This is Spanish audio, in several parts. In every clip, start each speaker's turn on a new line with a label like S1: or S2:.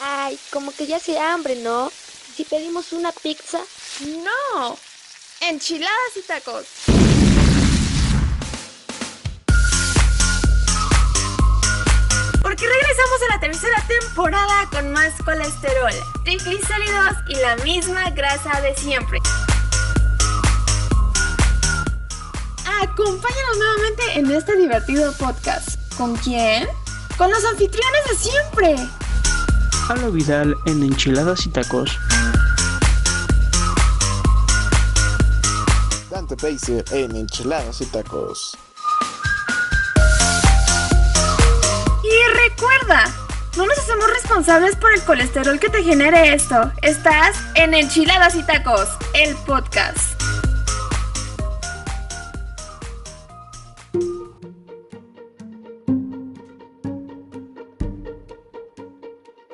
S1: Ay, como que ya hace hambre, ¿no? Si pedimos una pizza.
S2: No, enchiladas y tacos. Porque regresamos a la tercera temporada con más colesterol, triglicéridos y la misma grasa de siempre. Acompáñanos nuevamente en este divertido podcast. ¿Con quién? Con los anfitriones de siempre.
S3: Pablo Vidal en Enchiladas y Tacos.
S4: Dante Pacer en Enchiladas y Tacos.
S2: Y recuerda, no nos hacemos responsables por el colesterol que te genere esto. Estás en Enchiladas y Tacos, el podcast.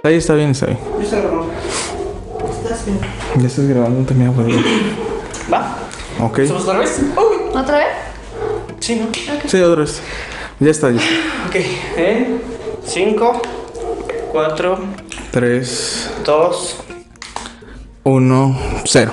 S5: Ahí está bien, está bien. Ya estás grabando también, güey.
S6: ¿Va?
S5: Ok.
S6: ¿Somos otra vez?
S2: ¿Otra vez?
S6: Sí, ¿no?
S5: Sí, otra vez. Ya está, ya está.
S6: Ok. Eh, En 5, 4,
S5: 3,
S6: 2.
S5: 1, 0.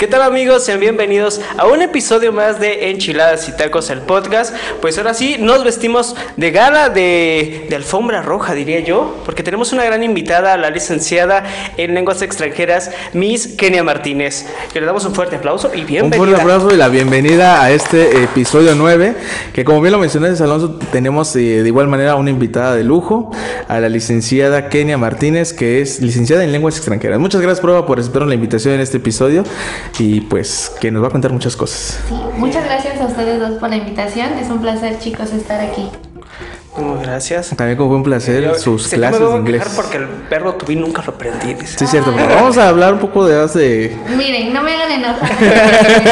S6: ¿Qué tal amigos? Sean bienvenidos a un episodio más de Enchiladas y Tacos, el podcast. Pues ahora sí, nos vestimos de gala, de, de alfombra roja, diría yo, porque tenemos una gran invitada, la licenciada en lenguas extranjeras, Miss Kenia Martínez. Que le damos un fuerte aplauso y
S5: Un
S6: bienvenida.
S5: fuerte abrazo y la bienvenida a este episodio 9, que como bien lo mencionaste, Alonso, tenemos eh, de igual manera una invitada de lujo, a la licenciada Kenia Martínez, que es licenciada en lenguas extranjeras. Muchas gracias, Proba, por aceptar la invitación en este episodio y pues que nos va a contar muchas cosas.
S7: Sí, muchas gracias a ustedes dos por la invitación. Es un placer, chicos, estar aquí.
S6: Muchas Oh, gracias.
S5: También como fue un placer
S6: Yo-
S5: sus
S6: sé que
S5: clases
S6: me voy
S5: de
S6: a
S5: inglés.
S6: quejar Porque el verbo to be nunca lo aprendí. dice.
S5: Sí, es cierto. pero vamos a hablar un poco de hace...
S7: Miren, no me hagan enojar.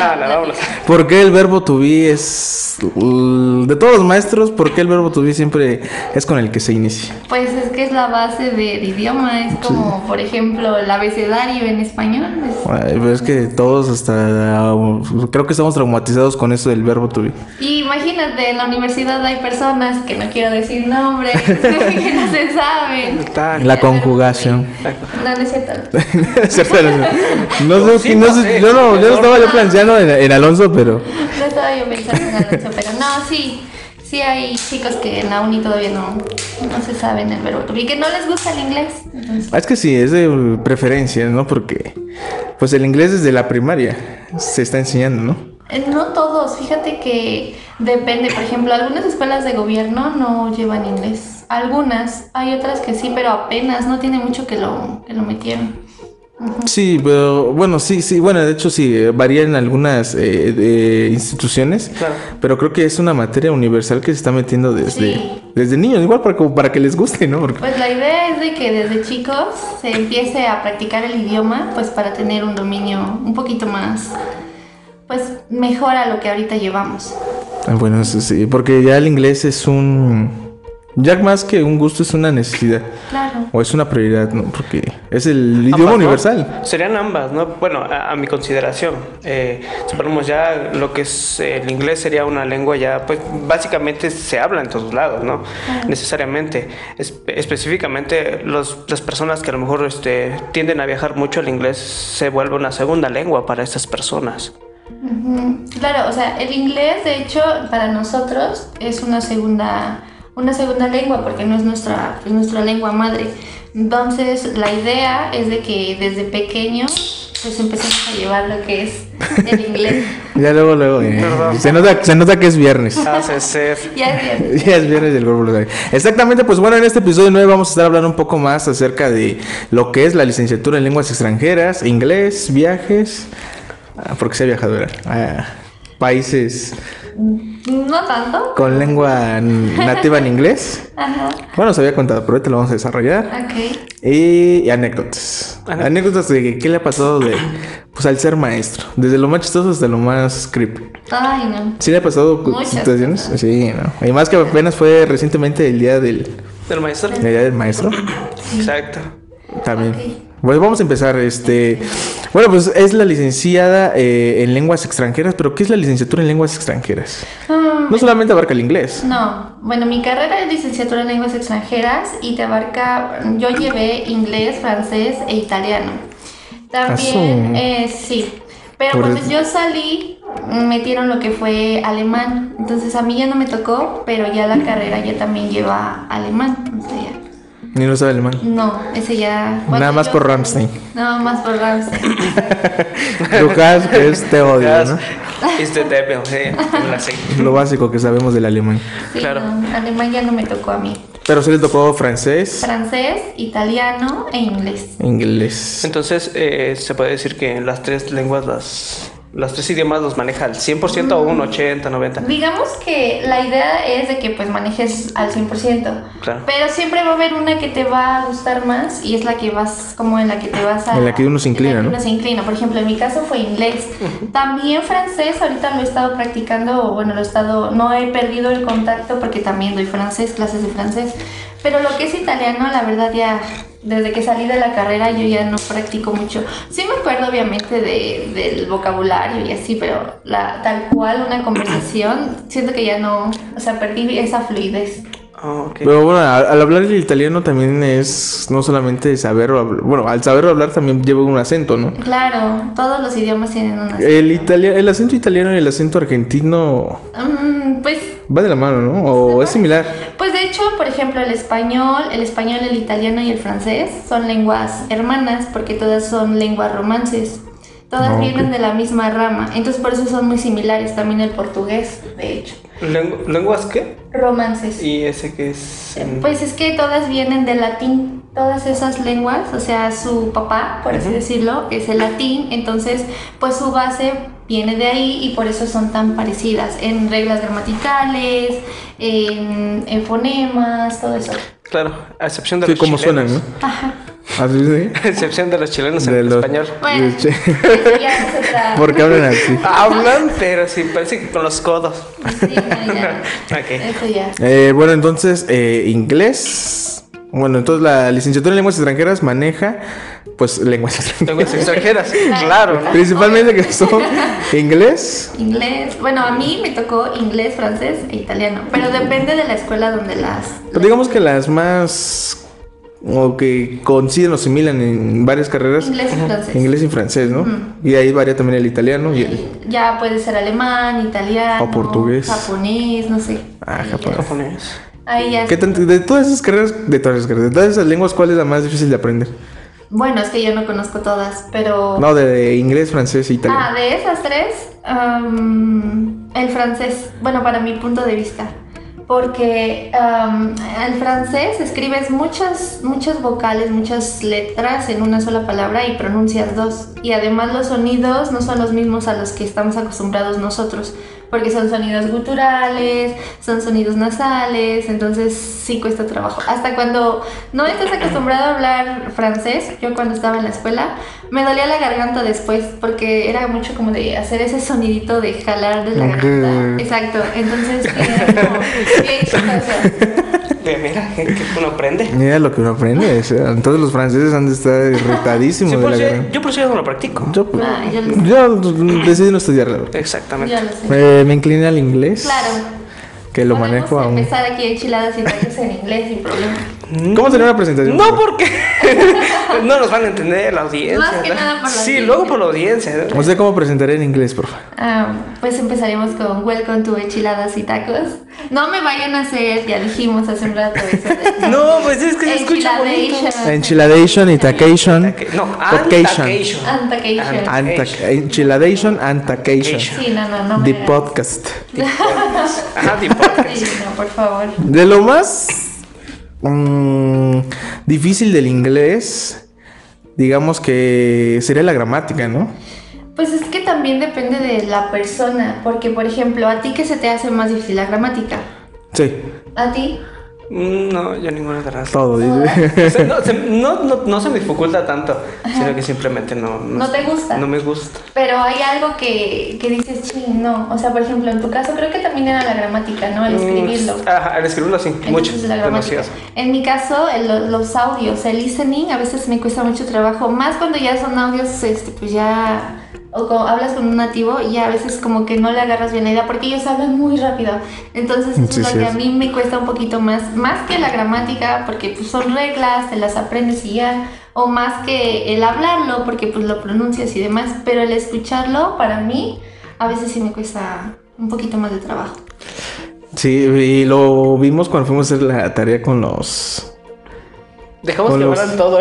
S6: Ah, no, vámonos.
S5: ¿Por qué el verbo to be es l- de todos los maestros? ¿Por qué el verbo to be siempre es con el que se inicia?
S7: Pues es que es la base del idioma. Es como, por ejemplo, el abecedario en español. es-
S5: Ay, pero es que todos hasta uh, creo que estamos traumatizados con eso del verbo to be.
S7: Y imagínate, en la universidad hay personas que no quiero decir nombres, que no se saben.
S6: Ah,
S5: La conjugación.
S7: No, no es cierto.
S5: Cierto, no sé, no sé,
S6: Sí,
S5: no
S6: no
S5: sé,
S6: sé,
S5: yo no, yo no estaba yo planteando en, en Alonso, pero
S7: No estaba yo pensando en Alonso, pero no, sí. Sí hay chicos que en la uni todavía no, no se saben el verbo to be, que no les gusta el inglés. Entonces,
S5: ah, es que sí, es de uh, preferencia, ¿no? Porque pues el inglés desde la primaria se está enseñando, ¿no?
S7: Eh, No todos, fíjate que depende, por ejemplo, algunas escuelas de gobierno no llevan inglés, algunas, hay otras que sí, pero apenas, no tiene mucho que lo, que lo metieron.
S5: Sí, pero bueno, sí, sí, bueno, de hecho sí, eh, varía en algunas eh, de instituciones,
S6: Claro.
S5: pero creo que es una materia universal que se está metiendo desde,
S7: Sí.
S5: desde niños, igual para, como para que les guste, ¿no? Porque
S7: Pues la idea es de que desde chicos se empiece a practicar el idioma, pues para tener un dominio un poquito más, pues mejor a lo que ahorita llevamos.
S5: Ah, Bueno, eso sí, porque ya el inglés es un... Ya más que un gusto es una necesidad.
S7: Claro.
S5: O es una prioridad, ¿no? Porque es el idioma
S6: Ambas, ¿no?
S5: universal.
S6: Serían ambas, ¿no? Bueno, a, a mi consideración. Eh, suponemos ya lo que es eh, el inglés sería una lengua ya, pues básicamente se habla en todos lados, ¿no? Necesariamente. Espe- específicamente los, las personas que a lo mejor este, tienden a viajar mucho, el inglés se vuelve una segunda lengua para estas personas.
S7: Ujú, Claro, o sea, el inglés de hecho para nosotros es una segunda, una segunda lengua porque no es nuestra, es nuestra lengua madre. Entonces la idea es de que desde pequeños pues empecemos a llevar lo que es el inglés.
S5: Ya luego, luego. eh,
S6: Perdón. Ah,
S5: se, nota, se nota que es viernes.
S6: Hace ser.
S7: ya es bien.
S5: Ya es viernes del Globo Local. Exactamente, pues bueno, en este episodio 9 vamos a estar hablando un poco más acerca de lo que es la licenciatura en lenguas extranjeras, inglés, viajes, ah, porque sea viajadora, a países
S7: No tanto.
S5: con lengua n- nativa en inglés.
S7: Ajá.
S5: Bueno, se había contado, pero ahorita lo vamos a desarrollar.
S7: Ok.
S5: Y, y anécdotas.
S6: Ajá.
S5: Anécdotas de qué le ha pasado de, pues, al ser maestro. Desde lo más chistoso hasta lo más creepy.
S7: Ay no.
S5: ¿Sí le ha pasado cu-
S7: Muchas
S5: situaciones? Sí, ¿no? Y más que apenas fue recientemente el día del,
S6: ¿Del maestro?
S5: el día del maestro.
S6: Exacto.
S5: También.
S7: Ok.
S5: Pues vamos a empezar, este... Bueno, pues es la licenciada eh, en lenguas extranjeras, pero ¿qué es la licenciatura en lenguas extranjeras?
S7: Mm,
S5: No solamente abarca el inglés.
S7: No, bueno, mi carrera es licenciatura en lenguas extranjeras y te abarca, yo llevé inglés, francés e italiano. También,
S5: Asu.
S7: eh, sí, pero
S5: Por
S7: cuando
S5: el-
S7: yo salí metieron lo que fue alemán, entonces a mí ya no me tocó, pero ya la carrera ya también lleva alemán. o sea, ya-
S5: Ni lo sabe alemán.
S7: No, ese ya... cuando
S5: Nada más por Rammstein.
S7: Nada más por Rammstein.
S5: Lucas, que es te odio,
S6: Yes,
S5: ¿no?
S6: It's the devil, sí, la sé.
S5: Lo básico que sabemos del alemán.
S7: Sí,
S6: Claro.
S7: no, alemán ya no me tocó a mí.
S5: Pero se le tocó francés,
S7: Francés, italiano e inglés.
S5: inglés.
S6: Entonces, eh, se puede decir que las tres lenguas, las, las tres idiomas los maneja al 100% o un 80, 90.
S7: Digamos que la idea es de que pues manejes al 100%,
S6: Claro.
S7: pero siempre va a haber una que te va a gustar más y es la que vas, como en la que te vas a...
S5: En la que uno se
S7: en la
S5: inclina,
S7: que
S5: ¿no?
S7: uno se inclina. Por ejemplo, en mi caso fue inglés. También francés, ahorita lo he estado practicando, o bueno, lo he estado, no he perdido el contacto porque también doy francés, clases de francés. Pero lo que es italiano, la verdad ya, desde que salí de la carrera yo ya no practico mucho. Sí me acuerdo obviamente de- del vocabulario y así, pero la, tal cual una conversación, siento que ya no, o sea, perdí esa fluidez.
S6: Ah, ok.
S5: Pero bueno, al, al hablar el italiano también es no solamente saberlo hablar, bueno, al saberlo hablar también lleva un acento, ¿no?
S7: Claro, todos los idiomas tienen una...
S5: El, italia- el acento italiano y el acento argentino
S7: Mm, pues
S5: va de la mano, ¿no? O es similar.
S7: Pues de hecho, por ejemplo, el español, el español, el italiano y el francés son lenguas hermanas porque todas son lenguas romances. Todas
S5: Ah, ok.
S7: vienen de la misma rama, entonces por eso son muy similares también el portugués, de hecho.
S6: Lengu- ¿Lenguas qué?
S7: Romances.
S6: Y ese que es. mm,
S7: Pues es que todas vienen del latín, todas esas lenguas, o sea, su papá, por así decirlo, es el latín, entonces pues su base viene de ahí y por eso son tan parecidas en reglas gramaticales, en, en fonemas, todo eso.
S6: Claro, a excepción de
S5: Sí,
S6: los
S5: como
S6: chilenos.
S5: suenan, ¿no?
S7: Ajá.
S5: Así, ¿sí?
S6: A excepción de los chilenos en
S5: De los-
S6: español.
S7: Bueno,
S5: Sí.
S7: eso ya es otra.
S5: este- Porque hablan así.
S6: Hablan, pero sí, parece que con los codos.
S7: Sí, no, ya.
S6: Ok.
S7: Eso ya.
S5: Eh, bueno, entonces, eh, inglés. Bueno, entonces la licenciatura en lenguas extranjeras maneja, pues, lenguas extranjeras.
S6: Lenguas extranjeras, claro. ¿no?
S5: Principalmente que son inglés.
S7: Inglés. Bueno, a mí me tocó inglés, francés e italiano. Pero depende de la escuela donde las.
S5: Pero digamos que las más. O que coinciden o similan en varias carreras.
S7: Inglés y francés.
S5: Inglés y francés, ¿no? Y ahí varía también el italiano y el.
S7: Ya puede ser alemán, italiano.
S5: O portugués.
S7: Japonés, no sé.
S5: Ah, japonés.
S6: Japonés.
S7: Ahí ya.
S5: ¿Qué tan- de todas esas carreras, de todas esas carreras, de todas esas lenguas, ¿cuál es la más difícil de aprender?
S7: Bueno, es que yo no conozco todas, pero.
S5: No, de, de inglés, francés e italiano.
S7: Ah, de esas tres, am, el francés, bueno, para mi punto de vista, porque am, el francés escribes muchas, muchas vocales, muchas letras en una sola palabra y pronuncias dos. Y además los sonidos no son los mismos a los que estamos acostumbrados nosotros, porque son sonidos guturales, son sonidos nasales, entonces sí cuesta trabajo. Hasta cuando no estás acostumbrado a hablar francés, yo cuando estaba en la escuela, me dolía la garganta después porque era mucho como de hacer ese sonidito de jalar de la
S5: Ujú.
S7: garganta. Exacto, entonces era como, qué chistoso.
S6: De mira, que que uno aprende.
S5: Mira lo que uno aprende. o sea, Entonces los franceses han de estar irritadísimos
S6: Sí, pues,
S5: de
S6: por
S5: la
S6: si-
S5: garganta.
S6: yo por eso ya no lo practico.
S5: Yo, pues,
S7: Ah, yo lo sé.
S5: yo decidí no estudiarla. verdad.
S6: Exactamente.
S7: Yo lo sé.
S5: Eh, me incliné al inglés.
S7: Claro.
S5: Que lo
S7: podemos
S5: manejo aún.
S7: empezar aquí enchiladas y tacos en inglés sin problema.
S5: ¿Cómo sería una presentación?
S6: No, porque no nos van a entender la audiencia.
S7: Más que
S6: ¿no?
S7: nada por la
S6: Sí,
S7: audiencia.
S6: luego por la audiencia. ¿eh? ¿no?
S5: No sé cómo presentaré en inglés, por favor.
S7: Ah, pues empezaremos con Welcome to Enchiladas y Tacos. No me vayan a hacer, ya dijimos hace un rato eso. de-
S6: No, pues es que se escucha bonito.
S7: Enchiladation.
S5: Enchiladation y tacation.
S6: No,
S5: Podcast.
S6: antacation.
S7: Ah, Antacation.
S6: Ant-
S5: Anta- Enchiladation and tacation.
S7: Sí, no, no, no. me
S5: The
S7: hagan.
S5: podcast.
S6: Ajá, de podcast.
S7: Sí, no, por favor.
S5: De lo más mm, difícil del inglés, digamos que sería la gramática, ¿no?
S7: Pues es que también depende de la persona, porque por ejemplo, a ti qué se te hace más difícil la gramática.
S5: Sí.
S7: ¿A ti?
S6: No, yo ninguna de las dos.
S5: Todo, dice.
S6: O sea, no, se, no, no- no se me dificulta tanto, sino que simplemente no...
S7: ¿No te gusta?
S6: No me gusta.
S7: Pero hay algo que, que dices, ching, no. O sea, por ejemplo, en tu caso creo que también era la gramática, ¿no? Al escribirlo.
S6: Mm, Ajá, al escribirlo sí, mucho.
S7: Entonces, la gramática.
S6: demasiado.
S7: En mi caso, el- lo- los audios, el listening, a veces me cuesta mucho trabajo, más cuando ya son audios, este, pues ya, o co- hablas con un nativo y a veces como que no le agarras bien la idea porque ellos hablan muy rápido. Entonces, eso
S5: Sí,
S7: es lo
S5: sí
S7: que
S5: es.
S7: a mí me cuesta un poquito más, más que la gramática, porque pues son reglas, te las aprendes y ya, o más que el hablarlo, porque pues lo pronuncias y demás, pero el escucharlo, para mí, a veces sí me cuesta un poquito más de trabajo.
S5: Sí, y lo vimos cuando fuimos a hacer la tarea con los.
S6: Dejamos
S5: Con
S6: que
S5: los-
S6: hablaran todo.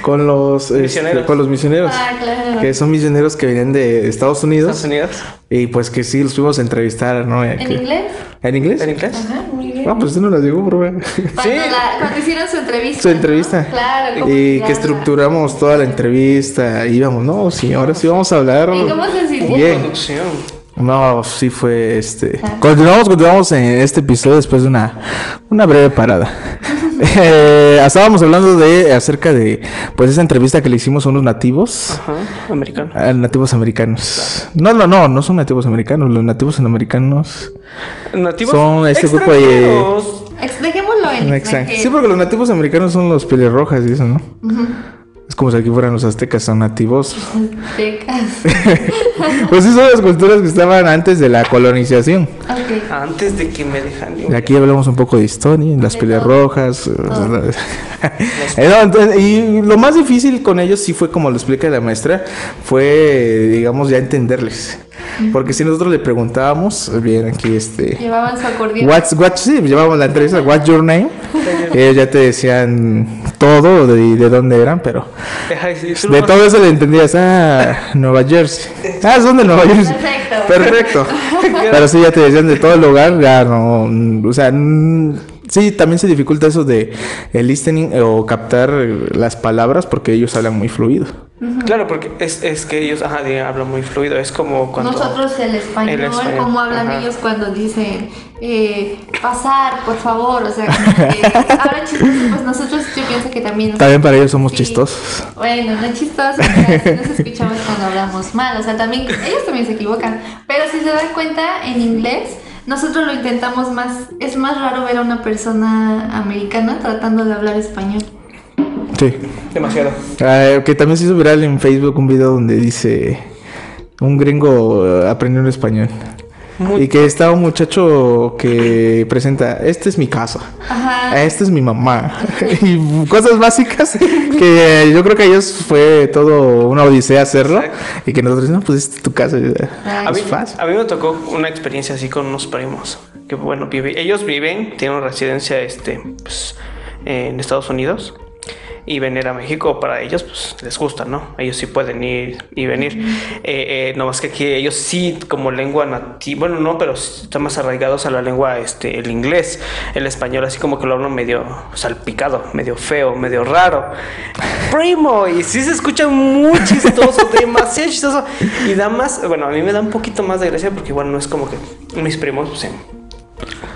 S5: Con los. este,
S6: Misioneros.
S5: con los misioneros.
S7: Ah, claro.
S5: Que son misioneros que venían de Estados Unidos.
S6: Estados Unidos.
S5: Y pues que sí, los fuimos a entrevistar, ¿no?
S7: ¿En inglés?
S5: ¿En inglés?
S6: ¿En inglés?
S7: Ajá, muy bien.
S5: Ah, pues usted no las digo, profe.
S7: Cuando, la- cuando hicieron su entrevista.
S5: Su
S7: ¿no?
S5: entrevista.
S7: Claro.
S5: Y
S7: cómo
S5: que
S7: habla.
S5: estructuramos toda la entrevista. Íbamos, no, sí, ahora sí vamos a hablar.
S7: ¿Y cómo se sintió?
S5: Bien.
S6: Producción.
S5: No, sí fue este.
S7: Claro.
S5: Continuamos, continuamos en este episodio después de una, una breve parada. Eh, estábamos hablando de acerca de pues esa entrevista que le hicimos a unos nativos.
S6: Ajá, americano.
S5: a nativos americanos. No, no, no, no son nativos americanos. Los nativos americanos.
S6: Nativos.
S5: Son este grupo de-
S6: extranjeros.
S7: Ex- Dejémoslo en extranjero.
S5: Sí, porque los nativos americanos son los pieles rojas y eso, ¿no? Es como si aquí fueran los aztecas, son nativos.
S7: Aztecas.
S5: pues sí, son las culturas que estaban antes de la colonización.
S7: Ok.
S6: Antes de que me dejan
S5: Y Aquí hablamos un poco de historia, las
S7: De
S5: pieles
S7: todo.
S5: rojas. eh, eh, no, entonces, y lo más difícil con ellos, sí fue como lo explica la maestra, fue, digamos, ya entenderles. Porque si nosotros le preguntábamos, bien, aquí este.
S7: Llevaban su acordeón.
S5: What's, what's, sí, llevábamos la entrevista, what's your name? Ellos ya te decían todo, de, de dónde eran, pero
S6: Deja de decir,
S5: de todo eso le entendías, ah, Nueva Jersey. Ah, son de Nueva Jersey.
S7: Perfecto.
S5: Perfecto. Pero sí, ya te decían de todo el lugar, ya no, mm, o sea, mm, sí, también se dificulta eso de el listening eh, o captar eh, las palabras porque ellos hablan muy fluido.
S6: Claro, porque es, es que ellos ajá, de- hablan muy fluido. Es como cuando.
S7: Nosotros el español,
S6: El español,
S7: cómo hablan
S6: ajá.
S7: ellos cuando dicen eh, pasar, por favor. O sea, como que ahora chistoso, pues nosotros yo pienso que también.
S5: También para ellos somos
S7: Sí.
S5: chistosos.
S7: Bueno, no es chistoso, pero sí nos escuchamos cuando hablamos mal, o sea, también ellos también se equivocan, pero si se dan cuenta en inglés, nosotros lo intentamos más, es más raro ver a una persona americana tratando de hablar español.
S5: Sí.
S6: Demasiado.
S5: Ah, que también se hizo viral en Facebook un video donde dice un gringo eh, aprendió un español.
S6: Muy-
S5: Y que está un muchacho que presenta, este es mi casa,
S7: Ajá.
S5: Ah, esta es mi mamá, y cosas básicas que yo creo que a ellos fue todo una odisea hacerlo y que nosotros, no, pues esta es tu casa, y, eh,
S6: A mí,
S5: es fácil.
S6: a mí me tocó una experiencia así con unos primos. Que bueno, vive- ellos viven, tienen residencia este, pues, en Estados Unidos. Y venir a México para ellos, pues les gusta, ¿no? Ellos sí pueden ir y venir. Eh, eh, no más que aquí ellos sí, como lengua nativa, bueno, no, pero sí están más arraigados a la lengua, este, el inglés, el español, así como que lo hablan medio salpicado, medio feo, medio raro. Primo, y sí se escucha muy chistoso, demasiado chistoso. Y da más, bueno, a mí me da un poquito más de gracia porque, bueno, no es como que mis primos, pues, eh,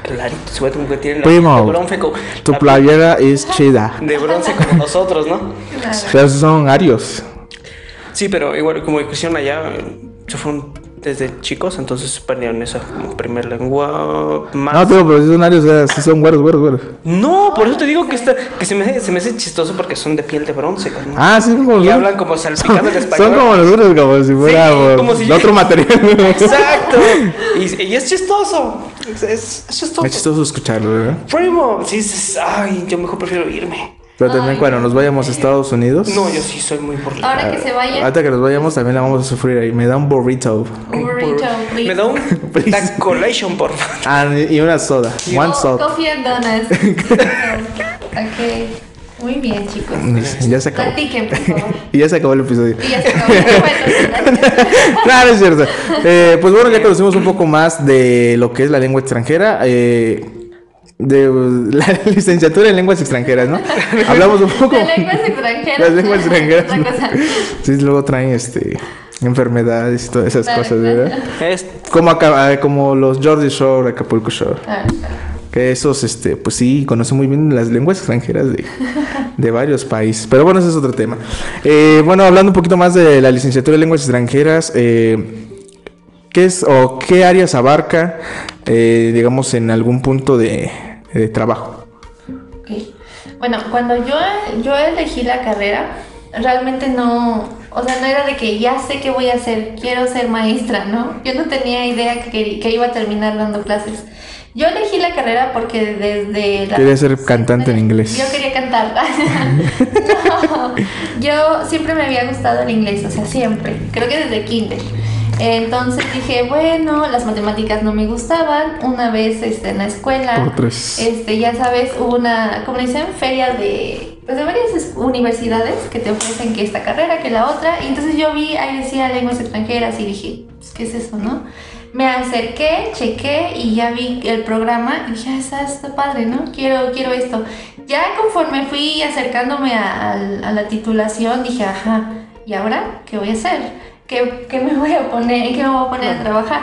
S6: clarito, se ve como que tienen la-
S5: Primo,
S6: de bronce como-
S5: Tu
S6: la-
S5: playera es chida.
S6: de bronce como nosotros, ¿no?
S5: Pero son arios.
S6: Sí, pero igual como que crecieron allá, eh, se fueron desde chicos, entonces aprendieron esa como primer lengua más.
S5: No, pero, pero sí son arios, o sea, sí son güeros, güeros, güeros.
S6: No, por eso te digo que está, que se me, hace- se me hace chistoso porque son de piel de bronce. ¿no?
S5: Ah, sí, son como
S6: y
S5: nosotros.
S6: hablan como salpicando el español.
S5: Son como nosotros, como si fuéramos
S6: como si
S5: de
S6: yo-
S5: otro material.
S6: Exacto. Y, y es chistoso. Es, es- es chistoso.
S5: Es chistoso escucharlo, ¿verdad?
S6: Primo, sí, sí, sí, ay, yo mejor prefiero irme.
S5: Pero también
S7: Ay.
S5: cuando nos vayamos a Estados Unidos.
S6: No, yo sí soy muy burlado.
S7: Ahora
S5: eh,
S7: que se vayan,
S5: Hasta que nos vayamos también la vamos a sufrir ahí. Me da un burrito.
S7: un burrito, please.
S6: Me da un
S5: Please.
S6: colation, por favor.
S5: Ah, y una soda. One
S7: Co-
S5: soda.
S7: Coffee and donuts. ok, muy bien chicos.
S5: Ya se acabó.
S7: Platiquen, por favor.
S5: Y ya se acabó el episodio.
S7: Y ya se acabó. Bueno, gracias.
S5: Claro, es cierto. Eh, pues bueno, ya conocimos un poco más de lo que es la lengua extranjera. eh, de la licenciatura en lenguas extranjeras, ¿no? Hablamos un poco.
S7: Las lenguas extranjeras.
S5: Las lenguas extranjeras.
S7: Otra cosa.
S5: Sí, luego traen este enfermedades y todas esas
S7: Claro,
S5: cosas,
S7: claro.
S5: ¿verdad? Como, acá- como los Jordi Shore, Acapulco Shore.
S7: Ah,
S5: Que esos, este, pues sí, conocen muy bien las lenguas extranjeras de, de varios países. Pero bueno, ese es otro tema. Eh, bueno, hablando un poquito más de la licenciatura de lenguas extranjeras, eh, ¿qué es o qué áreas abarca, eh, digamos, en algún punto de, de trabajo?
S7: Ok. Bueno, cuando yo, yo elegí la carrera, realmente no, o sea, no era de que ya sé qué voy a hacer, quiero ser maestra, ¿no? Yo no tenía idea que, que iba a terminar dando clases. Yo elegí la carrera porque desde la...
S5: Quería ser cantante en inglés.
S7: Yo quería cantar. No, yo siempre me había gustado el inglés, o sea, siempre. Creo que desde kinder. Entonces dije, bueno, las matemáticas no me gustaban. Una vez este, en la escuela,
S5: Por tres.
S7: este, ya sabes, hubo una, como le dicen, feria de, pues, de varias es- universidades que te ofrecen que esta carrera, que la otra. Y entonces yo vi, ahí decía lenguas extranjeras y dije, pues, ¿qué es eso, no? Me acerqué, chequé y ya vi el programa y dije, ah, está, está padre, ¿no? Quiero, quiero esto. Ya conforme fui acercándome a, al- a la titulación, dije, ajá, ¿y ahora qué voy a hacer? ¿Qué, qué me voy a poner? ¿En qué me voy a poner a trabajar?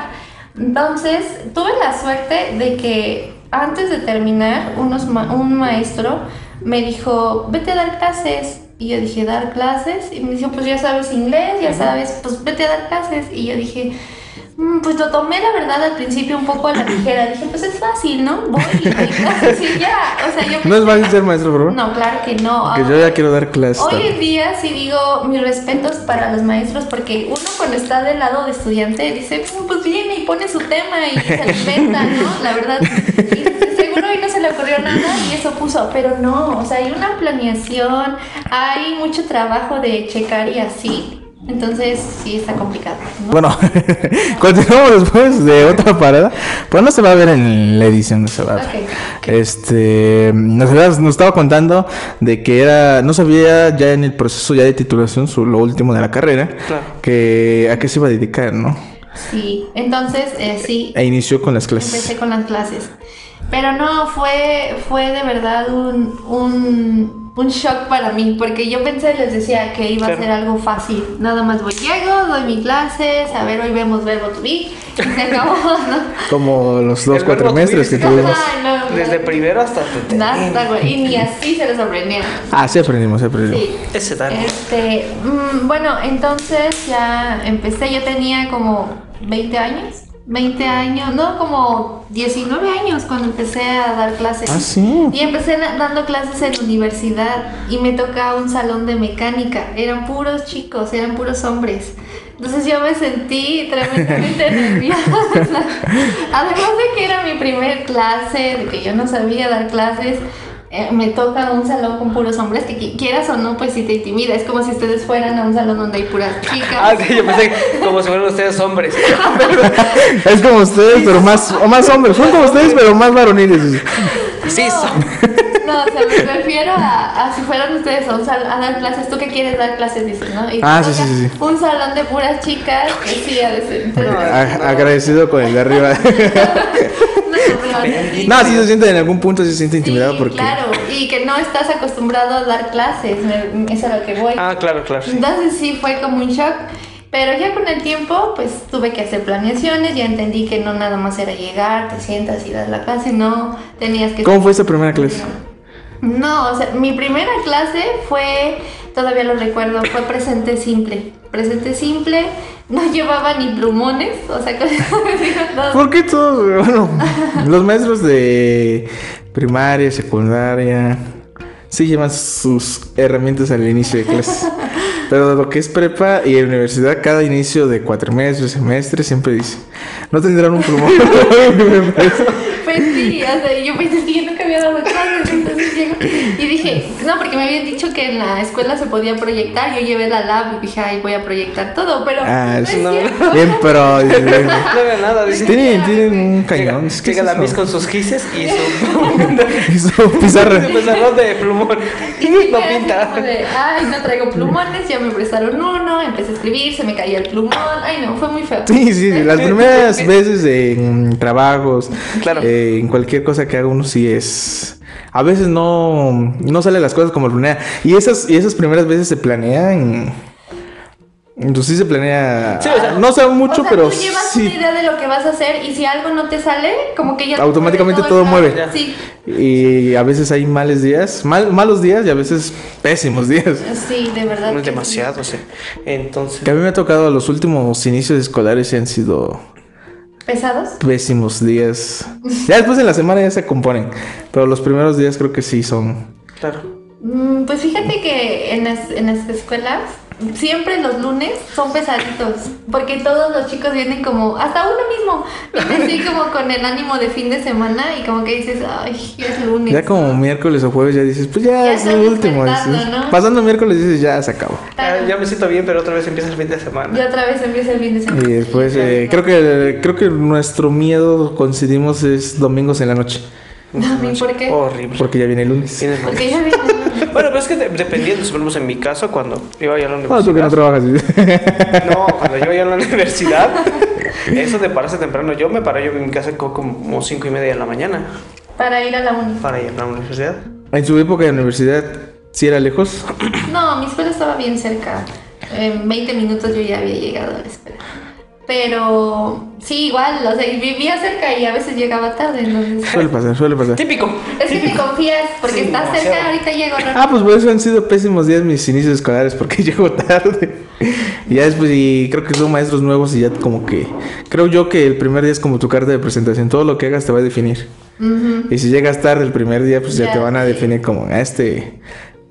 S7: Entonces, tuve la suerte de que antes de terminar, unos ma- un maestro me dijo, vete a dar clases. Y yo dije, ¿dar clases? Y me dijo, pues ya sabes inglés, ya sabes, pues vete a dar clases. Y yo dije, Mm, Pues lo tomé la verdad al principio un poco a la ligera. Dije, pues es fácil, ¿no? Voy y doy clases y ya. O sea, yo
S5: ¿No es fácil ser maestro, por favor?
S7: No, claro que no.
S5: Que yo
S7: Ahora-
S5: ya quiero dar clases.
S7: Hoy en día sí digo mis respetos para los maestros porque uno cuando está del lado de estudiante dice, "Mm, pues viene y pone su tema y se lo inventa, ¿no? La verdad. Y seguro hoy no se le ocurrió nada y eso puso, pero no, o sea, hay una planeación, hay mucho trabajo de checar y así. Entonces sí está complicado. ¿no?
S5: Bueno, continuamos después de otra parada. Pues no se va a ver en la edición, no se va a ver.
S7: Ok.
S5: Este, nos, habías- nos estaba contando de que era, no sabía ya en el proceso ya de titulación, su, lo último de la carrera,
S6: Claro.
S5: que a qué se iba a dedicar, ¿no?
S7: Sí, entonces eh, sí,
S5: E inició con las
S7: Empecé
S5: clases.
S7: con las clases. Pero no, fue, fue de verdad un, un, un shock para mí, porque yo pensé, les decía que iba
S6: Claro.
S7: a ser algo fácil. Nada más voy, llego, doy mi clase, a ver, hoy vemos verbo to be, y se acabó, ¿no?
S5: Como los dos
S6: El verbo
S5: cuatrimestres que
S6: tuviste.
S5: tuvimos.
S7: Ay, no,
S6: Desde primero hasta tu
S7: Nada, güey, y ni así se les sorprendieron.
S5: Ah, sí aprendimos, sí aprendimos.
S7: Sí.
S6: Ese daño.
S7: Este, mm, bueno, entonces ya empecé, yo tenía como 20 años, 20 años, no, como 19 años cuando empecé a dar clases.
S5: Ah, sí.
S7: Y empecé na- dando clases en la universidad y me tocaba un salón de mecánica. Eran puros chicos, eran puros hombres. Entonces yo me sentí tremendamente nerviosa. Además de que era mi primer clase, de que yo no sabía dar clases, eh, me toca un salón con puros hombres que qui- quieras o no, pues si te intimida. Es como si ustedes fueran a un salón donde hay puras chicas.
S6: Ah, sí, yo pensé que como si fueran ustedes hombres.
S5: Es como ustedes, pero más, o más hombres. Son como ustedes, pero más varoniles.
S6: Sí,
S7: No.
S6: son.
S7: No, o sea, me refiero a, a si fueran ustedes a, un sal- a dar clases. ¿Tú que quieres dar clases? Dices, ¿no? Y te
S5: Ah, sí,
S7: toca
S5: sí, sí, sí.
S7: Un salón de puras chicas. Que sí, ha de ser. Entonces,
S5: A- Agradecido con el de arriba.
S7: no, no,
S5: No, sí se siente en algún punto, sí se siente intimidado
S7: Sí,
S5: porque.
S7: claro, y que no estás acostumbrado a dar clases, me- es a lo que voy.
S6: Ah, claro, claro. sí.
S7: Entonces sí fue como un shock, pero ya con el tiempo pues tuve que hacer planeaciones, ya entendí que no nada más era llegar, te sientas y das la clase, no, tenías que...
S5: ¿Cómo fue esta primera clase?
S7: No, o sea, mi primera clase fue, todavía lo recuerdo, fue presente simple. Presente simple, no llevaba ni plumones, o sea, no,
S5: ¿Por qué todos? Bueno, los maestros de primaria, secundaria, sí llevan sus herramientas al inicio de clase. Pero lo que es prepa y universidad, cada inicio de cuatrimestre, semestre, siempre dice, no tendrán un plumón.
S7: Pues sí, o sea, yo pensé que yo nunca había dado clases, entonces llego y dije, no, porque me habían dicho que en la escuela se podía proyectar, yo llevé la lab y dije, ay, voy a proyectar todo, pero
S5: ah,
S7: no es
S5: sí.
S7: cierto.
S5: Bien, pues. pero...
S6: No veo nada. Dice,
S5: Tienen, tienen un cañón.
S6: Llega,
S5: ¿Qué es
S6: llega la
S5: eso?
S6: Miss con sus gises y su
S5: Y su pizarra.
S6: su pizarrón de plumón.
S7: Y dije,
S6: No
S7: así
S6: pinta.
S7: como de, ay, no traigo plumones, ya me prestaron uno, empecé a escribir, se me caía el plumón, ay no, fue muy feo.
S5: Sí, sí, sí, las
S6: Sí, sí,
S5: primeras
S6: sí.
S5: veces en trabajos,
S6: Claro.
S5: eh, en cualquier cosa que haga uno sí es... A veces no, no salen las cosas como lo planea. Y esas, y esas primeras veces se planean Entonces sí se planea.
S6: Sí, o sea-
S5: no sé mucho,
S7: O sea,
S5: pero
S7: tú llevas una
S5: sí.
S7: idea de lo que vas a hacer y si algo no te sale, como que ya te
S5: Automáticamente todo
S7: está-
S5: mueve.
S7: Sí,
S5: Y a veces hay males días, mal- malos días y a veces pésimos días.
S7: sí, de verdad.
S6: No es
S7: que sí.
S6: demasiado, o sea. Entonces,
S5: Que a mí me ha tocado los últimos inicios escolares y han sido
S7: ¿Pesados?
S5: pésimos días. Ya después de la semana ya se componen, pero los primeros días creo que sí son.
S6: claro.
S7: Mm, Pues fíjate que en las, en las escuelas siempre los lunes son pesaditos, porque todos los chicos vienen como, hasta uno mismo, viene así como con el ánimo de fin de semana y como que dices, ay, ya es lunes.
S5: Ya como miércoles o jueves ya dices, pues ya,
S7: Ya
S5: es
S7: estás
S5: el último.
S7: despertando,
S5: dices.
S7: ¿no?
S5: Pasando miércoles dices, ya se acabó.
S7: Claro.
S6: Ya, ya me siento bien, pero otra vez empieza el fin de
S7: Y
S6: semana.
S7: otra vez empieza el fin de semana.
S5: Y después eh, creo que creo que nuestro miedo coincidimos es domingos en la noche,
S7: Dami, ¿por qué?
S6: Horrible.
S5: porque ya viene el lunes.
S6: Tienes razón.
S7: Porque ya viene el lunes.
S6: Bueno, pero es que de- dependiendo, suponemos en mi caso, cuando iba yo a la
S5: No, Ah, tú que no
S6: universidad.
S5: trabajas.
S6: No, cuando yo iba a la universidad, eso de pararse temprano, yo me paré yo en mi casa co- como cinco y media de la mañana
S7: Para ir a la uni.
S6: para ir a la universidad.
S5: en su época de universidad sí era lejos.
S7: No, mi escuela estaba bien cerca. En 20 minutos yo ya había llegado a la escuela. Pero sí, igual, o sea, y vivía cerca y a veces llegaba tarde, entonces...
S5: Suele pasar, suele pasar.
S6: Típico.
S7: Es que te confías, porque
S6: Sí,
S7: estás
S6: demasiado.
S7: cerca, ahorita llego. ¿no?
S5: Ah, pues por eso han sido pésimos días mis inicios escolares porque llego tarde. Y ya después, y creo que son maestros nuevos y ya como que... Creo yo que el primer día es como tu carta de presentación. Todo lo que hagas te va a definir.
S7: Ujú.
S5: Y si llegas tarde el primer día, pues ya,
S7: Ya,
S5: te van a
S7: sí.
S5: definir como... A este,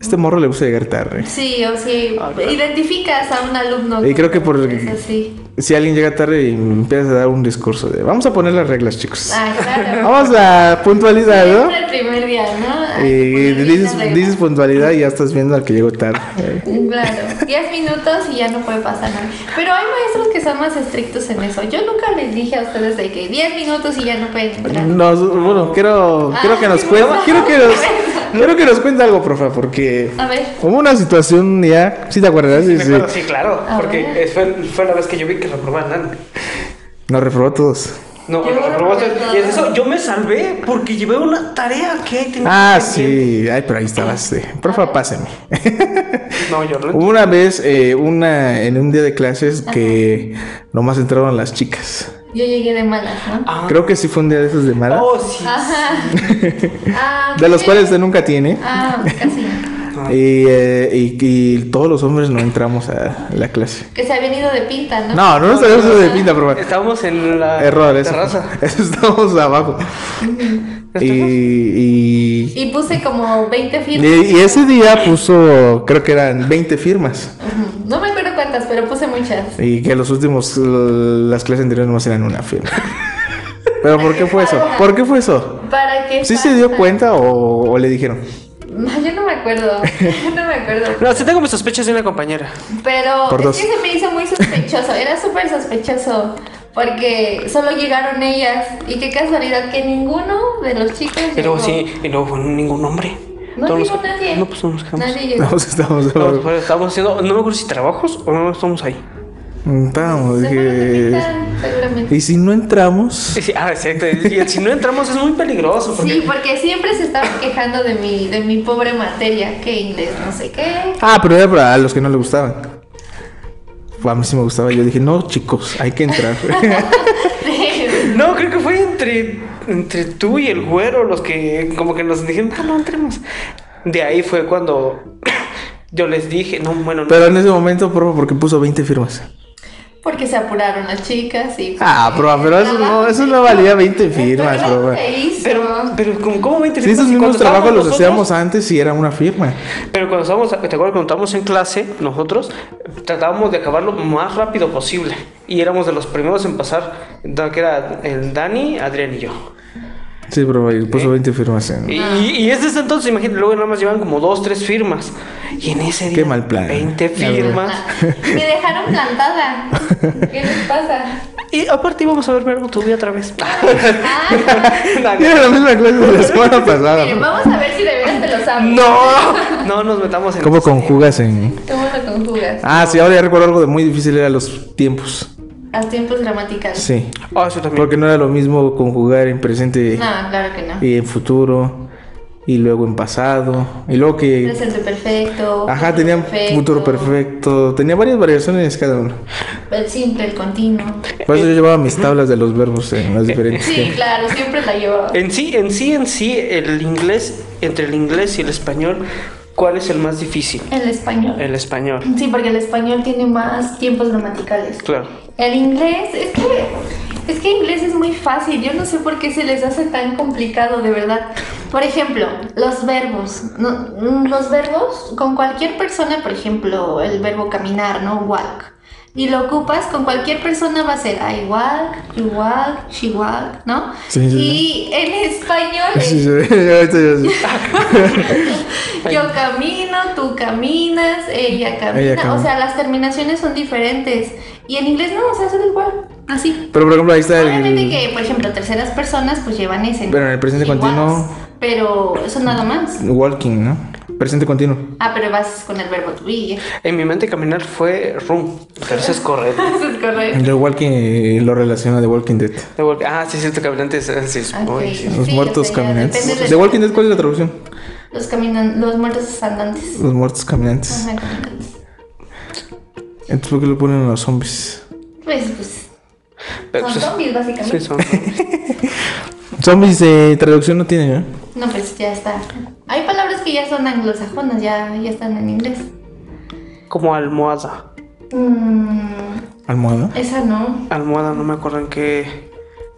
S5: este morro le gusta llegar tarde.
S7: Sí, o sí,
S6: Ah, claro.
S7: identificas a un alumno.
S5: Y creo que por-
S7: Es así.
S5: Si alguien llega tarde y empiezas a dar un discurso de... Vamos a poner las reglas, chicos.
S7: Ah, claro.
S5: Vamos a puntualidad, ¿no?
S7: Siempre el primer día, ¿no? Ay,
S5: Y
S7: poner
S5: dices,
S7: esa regla.
S5: dices puntualidad y ya estás viendo al que llegó tarde.
S7: Claro, 10 minutos y ya no puede pasar nada. Pero hay maestros que son más estrictos en eso. Yo nunca les dije a ustedes de que 10 minutos y ya no pueden entrar.
S5: Nos, bueno, quiero,
S7: Ah,
S5: quiero que nos
S7: qué
S5: cuente,
S7: bueno.
S5: quiero que nos, quiero que nos cuente algo, profa, porque
S7: A ver.
S5: hubo una situación ya, si te acuerdas,
S6: Sí,
S5: sí,
S6: me
S5: sí.
S6: acuerdo, sí, claro.
S7: A ver.
S6: Porque eh, fue, fue la vez que yo vi que reprobó a Nan.
S5: nos reprobó a todos.
S6: No,
S7: Yo
S6: lo reprobó a
S7: reprobé
S6: todos. Y es
S7: todo.
S6: eso, yo me salvé porque llevé una tarea que tenía.
S5: Ah,
S6: que hacer.
S5: sí, ay, pero ahí estabas, sí. profa, páseme.
S6: No, yo no.
S5: Hubo una vez, eh, una, en un día de clases que nomás entraron las chicas.
S7: Yo llegué de malas, ¿no?
S6: Ah.
S5: Creo que sí fue un día de esos de mala,
S6: Oh, sí.
S7: Ajá. Ah,
S5: de los
S7: sí.
S5: cuales usted nunca tiene.
S7: Ah, casi.
S6: Ah.
S5: Y, eh, y- y todos los hombres no entramos a la clase.
S7: Que se habían ido de pinta, ¿no?
S5: No, no nos habíamos ido de pinta, profa.
S6: Estábamos en la
S5: Error, eso.
S6: terraza.
S5: Eso estamos abajo. y, y,
S7: Y puse como 20
S5: y-
S7: firmas.
S5: y ese día puso, creo que eran 20 firmas.
S7: Ujú. No me acuerdo cuántas, pero puse muchas.
S5: Y que los últimos, l- las clases anteriores nomás eran una firma. Pero ¿por qué fue eso? ¿Por qué fue eso?
S7: ¿Para qué?
S5: ¿Sí se dio cuenta o, o le dijeron?
S7: No, yo no me acuerdo. Yo no me acuerdo.
S6: No, sí tengo mis sospechas de una compañera.
S7: Pero
S5: Por
S7: es
S5: dos.
S7: que se me hizo muy sospechoso. Era súper sospechoso. Porque solo llegaron ellas. Y qué casualidad que ninguno de los chicos.
S6: Pero
S7: llegó.
S6: sí, y no hubo ningún hombre.
S7: No
S6: Todos
S7: llegó
S6: nos-
S7: nadie.
S6: No, pues no nos quedamos.
S7: Nadie llegó.
S5: No, estamos
S6: No,
S5: abajo.
S6: pues, estábamos haciendo, no me acuerdo si trabajos o no estamos ahí.
S5: Estábamos,
S7: Se fueron de
S5: dije.
S7: pinta, seguramente.
S5: Y si no entramos,
S6: Sí, sí, ah, exacto. Y el- si no entramos es muy peligroso. Porque
S7: Sí, porque siempre se estaban quejando de mi, de mi pobre materia, que inglés, no sé qué.
S5: Ah, pero era para los que no le gustaban. A mí sí me gustaba. Yo dije, no, chicos, hay que entrar.
S6: No, creo que fue entre, entre tú y el güero los que como que nos dijeron, "Ah, no, no entremos. De ahí fue cuando yo les dije, no, bueno, no.
S5: Pero en ese momento, profe, porque puso 20 firmas.
S7: Porque se apuraron las chicas y...
S5: Ah, profe, pero eso no, eso no valía 20 firmas,
S7: Pero no
S5: profe.
S7: se hizo.
S6: pero, pero como, ¿cómo me
S5: Si
S6: interesa?
S5: esos mismos trabajos los hacíamos antes y era una firma.
S6: Pero cuando estábamos, ¿te acuerdas? Cuando estábamos en clase, nosotros tratábamos de acabar lo más rápido posible. Y éramos de los primeros en pasar, da- que era el Dani, Adrián y yo.
S5: Sí, profe, y puso 20 firmas. en-
S6: Y, y- y es desde entonces, imagínate, luego nada más llevan como dos, tres firmas. Y en ese día,
S5: Qué mal plan.
S6: 20
S5: La verdad.
S6: firmas.
S7: Me dejaron plantada. ¿Qué les pasa?
S6: Y aparte íbamos a ver Verbo tu vida otra vez.
S7: Ah,
S5: Era la misma clase de la semana pasada.
S7: miren,
S5: profe.
S7: vamos a ver si de veras te lo sabes.
S6: no, no nos metamos en
S5: ¿Cómo
S6: eso.
S5: conjugas en.?
S7: ¿Cómo lo conjugas?
S5: Ah, sí, ahora ya recuerdo algo de muy difícil: era los tiempos.
S7: A tiempos gramaticales.
S5: Sí.
S6: Ah, eso también.
S5: Porque no era lo mismo conjugar en presente
S7: No, claro que no.
S5: y en futuro. y luego en pasado, y luego que...
S7: Presente perfecto.
S5: Ajá,
S7: futuro
S5: tenía futuro perfecto, tenía varias variaciones cada uno.
S7: El simple, el continuo.
S5: Por eso yo llevaba mis tablas de los verbos en las diferentes.
S7: Sí, claro, siempre la llevaba.
S6: En sí, en sí, en sí, el inglés, entre el inglés y el español, ¿cuál es el más difícil?
S7: El español.
S6: El español.
S7: Sí, porque el español tiene más tiempos gramaticales.
S6: Claro.
S7: El inglés, es que, es que inglés es muy fácil. Yo no sé por qué se les hace tan complicado, de verdad. Por ejemplo, los verbos. No, mm, los verbos con cualquier persona, por ejemplo, el verbo caminar, ¿no? Walk. Y lo ocupas con cualquier persona, va a ser I walk, you walk, she walk, ¿no?
S5: Sí, sí,
S7: y en español es
S5: Sí, sí, ahorita ya sí.
S7: yo camino, tú caminas, ella camina.
S5: Ella camina.
S7: O sea, las terminaciones son diferentes. Y en inglés no, o sea, son igual. Así.
S5: Pero por ejemplo, ahí está
S7: Obviamente
S5: el...
S7: que, por ejemplo, terceras personas pues llevan ese.
S5: Pero en el presente
S7: igual,
S5: continuo-
S7: Pero eso nada más.
S5: Walking, ¿no? Presente continuo.
S7: Ah, pero vas con el verbo to be.
S6: En mi mente caminar fue room, pero eso es correcto.
S7: Eso es correcto.
S5: Yo Walking eh, lo relaciona de Walking Dead.
S6: De vuelta- Ah, sí, cierto, caminante es... es- es-
S7: Ah, Ok.
S6: uy, sí.
S5: Los
S7: Sí,
S5: muertos
S7: o sea, ya depende
S5: caminantes.
S7: del-
S5: ¿De Walking Dead cuál es la traducción?
S7: Los caminan, los muertos andantes.
S5: Los muertos caminantes.
S7: Ajá, caminantes.
S5: Entonces, ¿por qué lo ponen los zombies?
S7: Pues, pues.
S6: Pero,
S7: Son ¿eh?
S6: pues,
S7: zombies, básicamente.
S6: sí, son.
S5: Zombies de traducción no tiene, ¿eh?
S7: No, pues ya está. Hay palabras que ya son anglosajonas, ya, ya están en inglés.
S6: Como almohada.
S7: Mm,
S5: Almohada.
S7: esa no.
S6: Almohada, no me acuerdo en qué,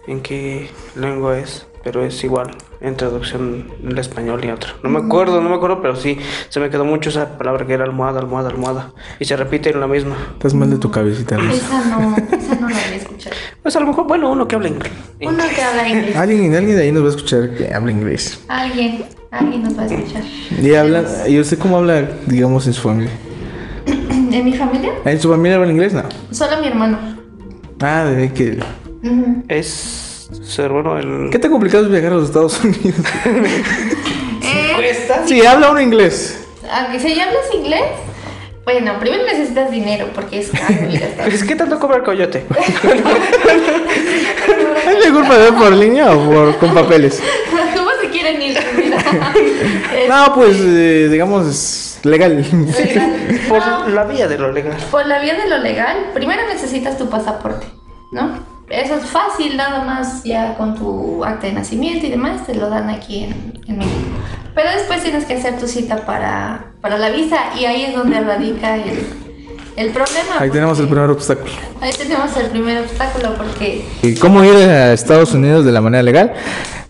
S6: en qué lengua es, pero es igual en traducción del español y otro. No
S7: Mm.
S6: me acuerdo, no me acuerdo, pero sí, se me quedó mucho esa palabra que era almohada, almohada, almohada. Y se repite en la misma.
S5: Estás mal de tu cabecita, Rosa.
S7: Esa no, esa no la había escuchado.
S6: Pues a lo mejor, bueno, uno que habla inglés.
S7: Uno que habla inglés.
S5: Alguien, alguien de ahí nos va a escuchar que habla inglés.
S7: Alguien, alguien nos va a escuchar.
S5: Y habla, ¿y usted cómo habla, digamos, en su familia?
S7: ¿De mi familia?
S5: ¿En su familia habla inglés? No.
S7: Solo mi hermano.
S5: Ah, de que.
S7: Ujú.
S6: Es su hermano el...
S5: ¿Qué tan complicado es viajar a los Estados Unidos?
S7: Eh,
S6: cuesta?
S5: sí, habla uno inglés.
S7: aunque si ya hablas inglés, bueno, primero necesitas dinero porque es caro ir hasta
S6: Es que tanto cobra el coyote.
S5: ¿Es mejor pagar por línea o por, con papeles?
S7: ¿Cómo se quieren ir? Mira.
S5: No, pues, eh, digamos, es legal.
S7: Legal.
S6: Por
S7: No,
S6: la vía de lo legal.
S7: por la vía de lo legal, primero necesitas tu pasaporte, ¿no? Eso es fácil, nada más ya con tu acta de nacimiento y demás, te lo dan aquí en, en México. Pero después tienes que hacer tu cita para, para la visa y ahí es donde radica el, el problema.
S5: Ahí tenemos el
S7: porque-
S5: primer obstáculo.
S7: Ahí tenemos el primer obstáculo porque
S5: ¿Y cómo ir a Estados Unidos de la manera legal?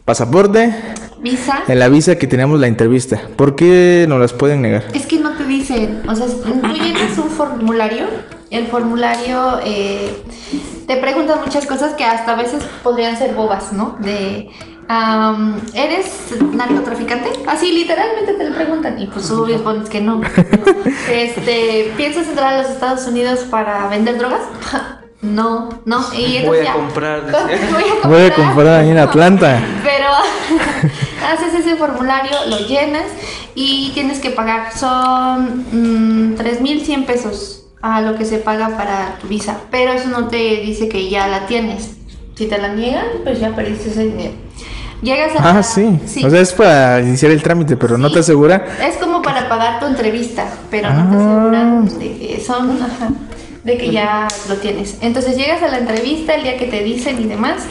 S5: Pasaporte,
S7: visa...
S5: en la visa que teníamos la entrevista. ¿Por qué nos las pueden negar?
S7: Es que no te dicen, o sea, tú llenas un formulario, el formulario eh, te pregunta muchas cosas que hasta a veces podrían ser bobas, ¿no? De, am, ¿eres narcotraficante? Así literalmente te lo preguntan y pues obvio pones que no. Este, ¿piensas entrar a los Estados Unidos para vender drogas? No, no. Y entonces
S6: Voy a
S7: ya-
S6: comprar,
S7: Voy a
S5: Voy a comprar ahí en Atlanta.
S7: pero haces ese formulario, lo llenas y tienes que pagar. Son mm, 3.100 pesos a lo que se paga para tu visa. Pero eso no te dice que ya la tienes. Si te la niegan, pues ya perdiste ese dinero. Llegas a...
S5: Ah, sí. O sea, es para iniciar el trámite, pero no
S7: Sí.
S5: te asegura.
S7: Es como para pagar tu entrevista, pero no te
S5: Ah.
S7: aseguran de que son, ajá, de que ya lo tienes. Entonces llegas a la entrevista el día que te dicen y demás,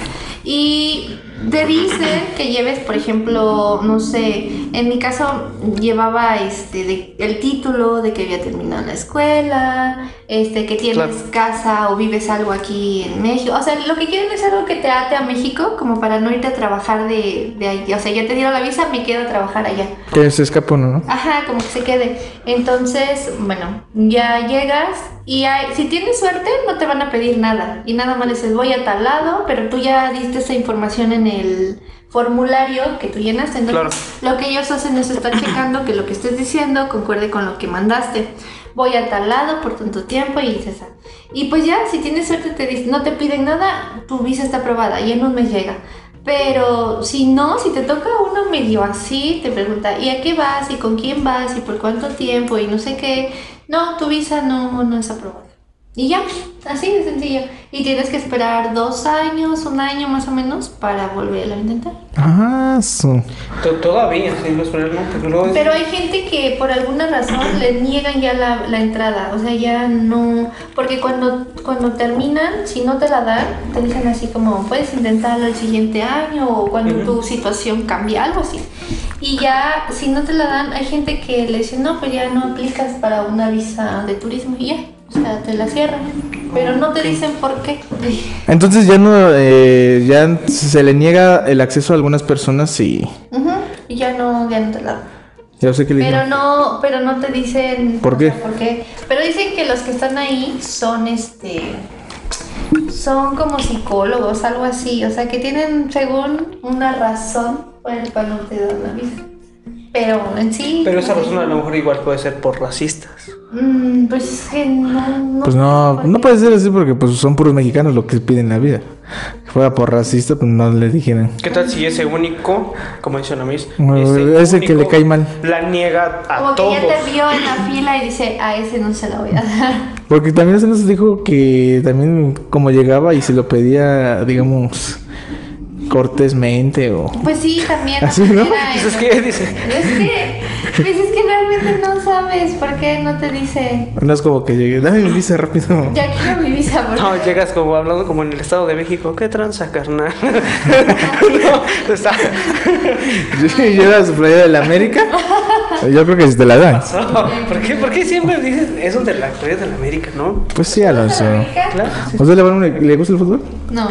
S7: y te dicen que lleves, por ejemplo, no sé, en mi caso llevaba este de- el título de que había terminado la escuela, este que tienes
S6: Claro.
S7: casa o vives algo aquí en México. O sea, lo que quieren es algo que te ate a México, como para no irte a trabajar de, de ahí. O sea, ya te dieron la visa, me quedo a trabajar allá.
S5: Que se escapa uno, ¿no?
S7: Ajá, como que se quede. Entonces, bueno, ya llegas y hay- si tienes suerte no te van a pedir nada. Y nada más les dices, voy a tal lado, pero tú ya diste esa información en el formulario que tú llenaste. Entonces, lo que ellos hacen es estar checando que lo que estés diciendo concuerde con lo que mandaste. Voy a tal lado por tanto tiempo y dices, ah. y pues ya, si tienes suerte te dicen, no te piden nada, tu visa está aprobada y en un mes llega. Pero si no, si te toca uno medio así, te pregunta, ¿y a qué vas? ¿Y con quién vas? ¿Y por cuánto tiempo? Y no sé qué. No, tu visa no, no es aprobada. Y ya, así de sencillo. Y tienes que esperar dos años, un año más o menos, para volverlo a intentar.
S5: Ah, su.
S6: To- Todavía, sí, los problemas, porque luego es-
S7: Pero hay gente que por alguna razón le niegan ya la, la entrada, o sea, ya no, porque cuando, cuando terminan, si no te la dan, te dicen así como, puedes intentarlo el siguiente año o cuando tu situación cambia, algo así. Y ya, si no te la dan, hay gente que le dice, no, pues ya no aplicas para una visa de turismo y ya, o sea, te la cierran, pero no te dicen por qué.
S5: Entonces ya no, eh, ya se le niega el acceso a algunas personas y
S7: Ujú, Y ya no, ya no te la dan.
S5: ya sé que le
S7: Pero
S5: dijeron.
S7: no, pero no te dicen
S5: ¿Por
S7: o
S5: qué?
S7: sea, por qué. Pero dicen que los que están ahí son este son como psicólogos, algo así, o sea, que tienen según una razón por el cual no te dan la visa. Pero en sí
S6: Pero esa
S7: no sé.
S6: persona a lo mejor igual puede ser por racistas.
S7: Mm, pues es que no, no
S5: Pues
S7: sé
S5: no,
S7: por
S5: no
S7: qué.
S5: puede ser así porque pues son puros mexicanos lo que piden la vida. Que fuera por racista, pues no le dijeron.
S6: ¿Qué tal si ese único, como dice la Miss,
S5: No, ese que le cae mal.
S6: La niega a
S7: Como
S6: todos.
S7: que ya te vio en la fila y dice, a ese no se la voy a dar.
S5: Porque también se nos dijo que también como llegaba y se lo pedía, digamos, cortésmente o...
S7: Pues sí, también.
S5: Así, ¿no?
S7: era
S6: Pues es
S7: eso.
S6: que dice,
S7: Es que, pues es que realmente no sabes por qué no te dice,
S5: No es como que llegue, dame mi visa rápido.
S7: ya quiero mi visa, por
S6: no,
S7: favor".
S6: llegas como hablando como en el Estado de México, ¿qué tranza, carnal? no, está,
S5: Lleva su playa de la América. Yo creo que si te la dan.
S6: no, ¿por, qué, ¿Por qué siempre dices eso de la Corea de la América, no?
S5: Pues sí, Alonso.
S6: Claro,
S5: ¿A usted le, van- le gusta el fútbol?
S7: No,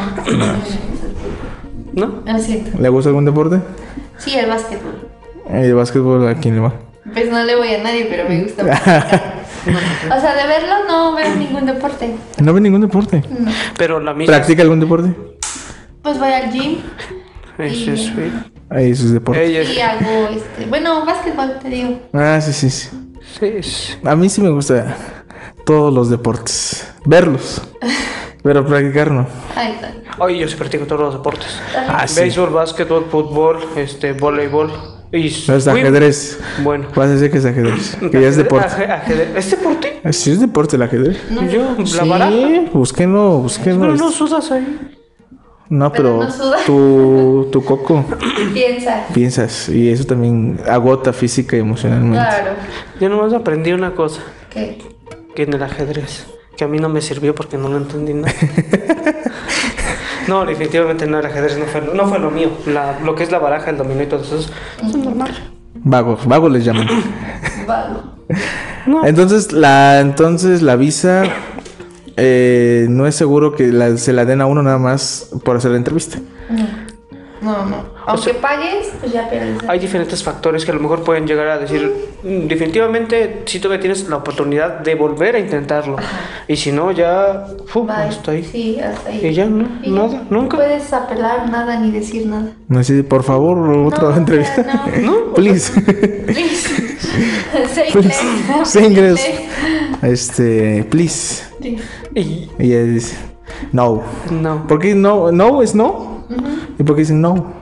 S6: ¿no?
S7: lo siento.
S5: ¿Le gusta algún deporte? Eh,
S7: Sí, el básquetbol.
S5: El básquetbol, ¿a quién le va?
S7: Pues no le voy a nadie, pero me gusta. o sea, de verlo no veo ningún deporte.
S5: No ve ningún deporte.
S6: Pero la Miss
S5: ¿Practica algún deporte?
S7: Pues voy al gym
S6: Ella es sweet.
S5: Ahí sus deportes.
S6: Ella
S7: y hago este. Bueno, básquetbol, te digo.
S5: Ah, sí, sí, sí.
S6: es-
S5: A mí sí me gusta todos los deportes. Verlos. Pero practicar no.
S7: Ahí está.
S6: Oye, yo sí practico todos los deportes.
S5: Ah, sí.
S6: Béisbol, básquetbol, fútbol, este, voleibol y
S5: No es
S6: swim.
S5: ajedrez.
S6: Bueno.
S5: Vas a decir que es ajedrez. Que ya es
S6: Ajedrez-
S5: deporte. Ah,
S6: aje- ajedrez. ¿Es deporte?
S5: Sí, es deporte el ajedrez.
S6: Yo, la
S5: Sí,
S6: baraja.
S5: búsquenlo, búsquenlo.
S6: No,
S5: Es-
S6: no sudas ahí.
S5: No,
S7: Pero
S5: pero
S7: no suda.
S5: tu, tu coco
S7: Piensa.
S5: piensas y eso también agota física y emocionalmente.
S7: Claro.
S6: Yo nomás aprendí una cosa,
S7: ¿Qué?
S6: que en el ajedrez, que a mí no me sirvió porque no lo entendí nada. No, definitivamente no, el ajedrez no fue, lo- no fue lo mío. La- lo que es la baraja, el dominó y todo eso, eso es normal.
S5: Vagos, vagos les llaman.
S7: Vago.
S5: Entonces la entonces la visa eh, no es seguro que la- se la den a uno nada más por hacer la entrevista.
S7: No, no. Aunque pagues, pues ya pierdes.
S6: Hay diferentes factores que a lo mejor pueden llegar a decir, "Mm, definitivamente, si todavía tienes la oportunidad de volver a intentarlo. Y si no, ya, fu,
S7: Bye.
S6: hasta ahí.
S7: Sí, hasta ahí.
S6: Y ya, ¿no?
S7: Y
S6: Nada,
S7: No
S6: nunca.
S7: puedes apelar nada ni decir nada.
S5: No sé, por favor, otra
S7: No,
S5: entrevista.
S7: no.
S5: Please.
S7: Please. Say
S5: please.
S7: please.
S5: Say inglés. Este, please.
S7: Please.
S6: Y
S5: Y ella dice, no.
S6: no.
S5: ¿Por qué no? No es no. ¿Y por qué dicen no?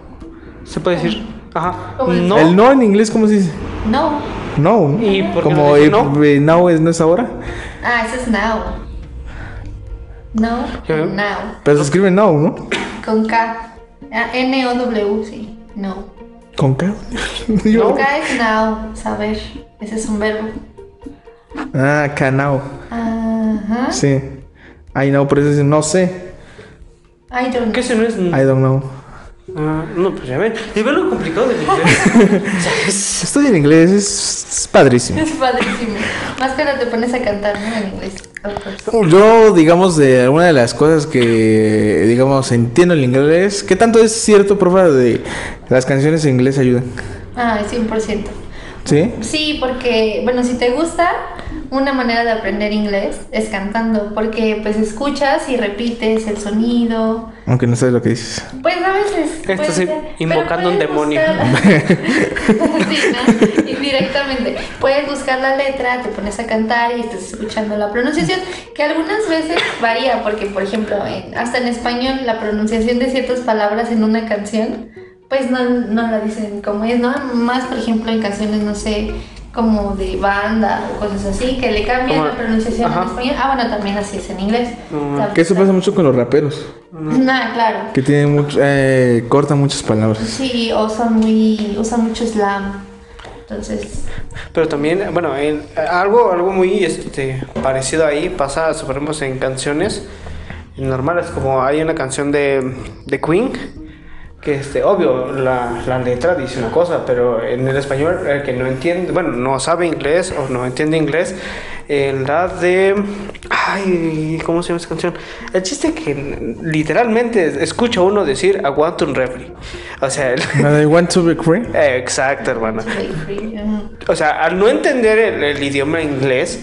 S6: Se puede decir, ajá,
S7: ¿Cómo
S6: no.
S5: El no en inglés, ¿cómo se dice?
S7: No.
S5: No.
S6: ¿Y por qué
S5: como
S6: no dice
S5: eh,
S6: no?
S5: eh, now es no es ahora.
S7: Ah, eso es now. No.
S6: ¿Qué?
S7: Now.
S5: Pero se escribe now, ¿no?
S7: Con K. Ah, N-O-W, sí. No.
S5: Con K. Yo-
S7: Con K es now. Saber. Ese es un verbo.
S5: Ah, K now.
S7: Ajá.
S5: Sí. I know, por eso dicen no sé.
S7: I don't
S6: ¿Qué
S7: know.
S6: se no es?
S5: I don't know.
S6: Ah, no, pues ya ven. Y ve lo complicado del inglés.
S5: Estudiar inglés es, es padrísimo.
S7: Es padrísimo. Más que no te pones a cantar ¿no? en inglés. Of course.
S5: Yo, digamos, de una de las cosas que, digamos, entiendo el inglés, ¿qué tanto es cierto, profe, de las canciones en inglés ayudan?
S7: Ay, 100%.
S5: ¿Sí?
S7: Sí, porque, bueno, si te gusta, una manera de aprender inglés es cantando, porque pues escuchas y repites el sonido.
S5: Aunque no sabes lo que dices.
S7: Pues a veces.
S6: Estás
S7: puede ser,
S6: invocando
S7: pero
S6: un
S7: puedes
S6: demonio.
S7: buscar- sí, ¿no? Indirectamente. Puedes buscar la letra, te pones a cantar y estás escuchando la pronunciación, que algunas veces varía, porque por ejemplo, en- hasta en español, la pronunciación de ciertas palabras en una canción, pues no, no la dicen como es, ¿no? Más, por ejemplo, en canciones, no sé, como de banda o cosas así, que le cambian
S6: Como-
S7: la pronunciación
S6: ajá.
S7: en español. Ah, bueno, también así es en inglés.
S6: Mm.
S5: Que eso pasa mucho con los raperos.
S7: Nada, Ah, claro.
S5: Que tienen mucho, eh, cortan muchas palabras.
S7: Sí, o son muy, usan mucho slam. Entonces,
S6: Pero también, bueno, en- algo, algo muy este, parecido ahí pasa, suponemos, en canciones normales, como hay una canción de, de Queen, que este, obvio, la, la letra dice una cosa, pero en el español, el que no entiende, bueno, no sabe inglés o no entiende inglés, eh, la de... Ay, ¿cómo se llama esa canción? El chiste que literalmente escucha uno decir, I want to refri. O sea, el-
S5: La de Want to be free.
S6: exacto, hermano.
S7: fake free, Mm, ajá.
S6: O sea, al no entender el, el idioma inglés,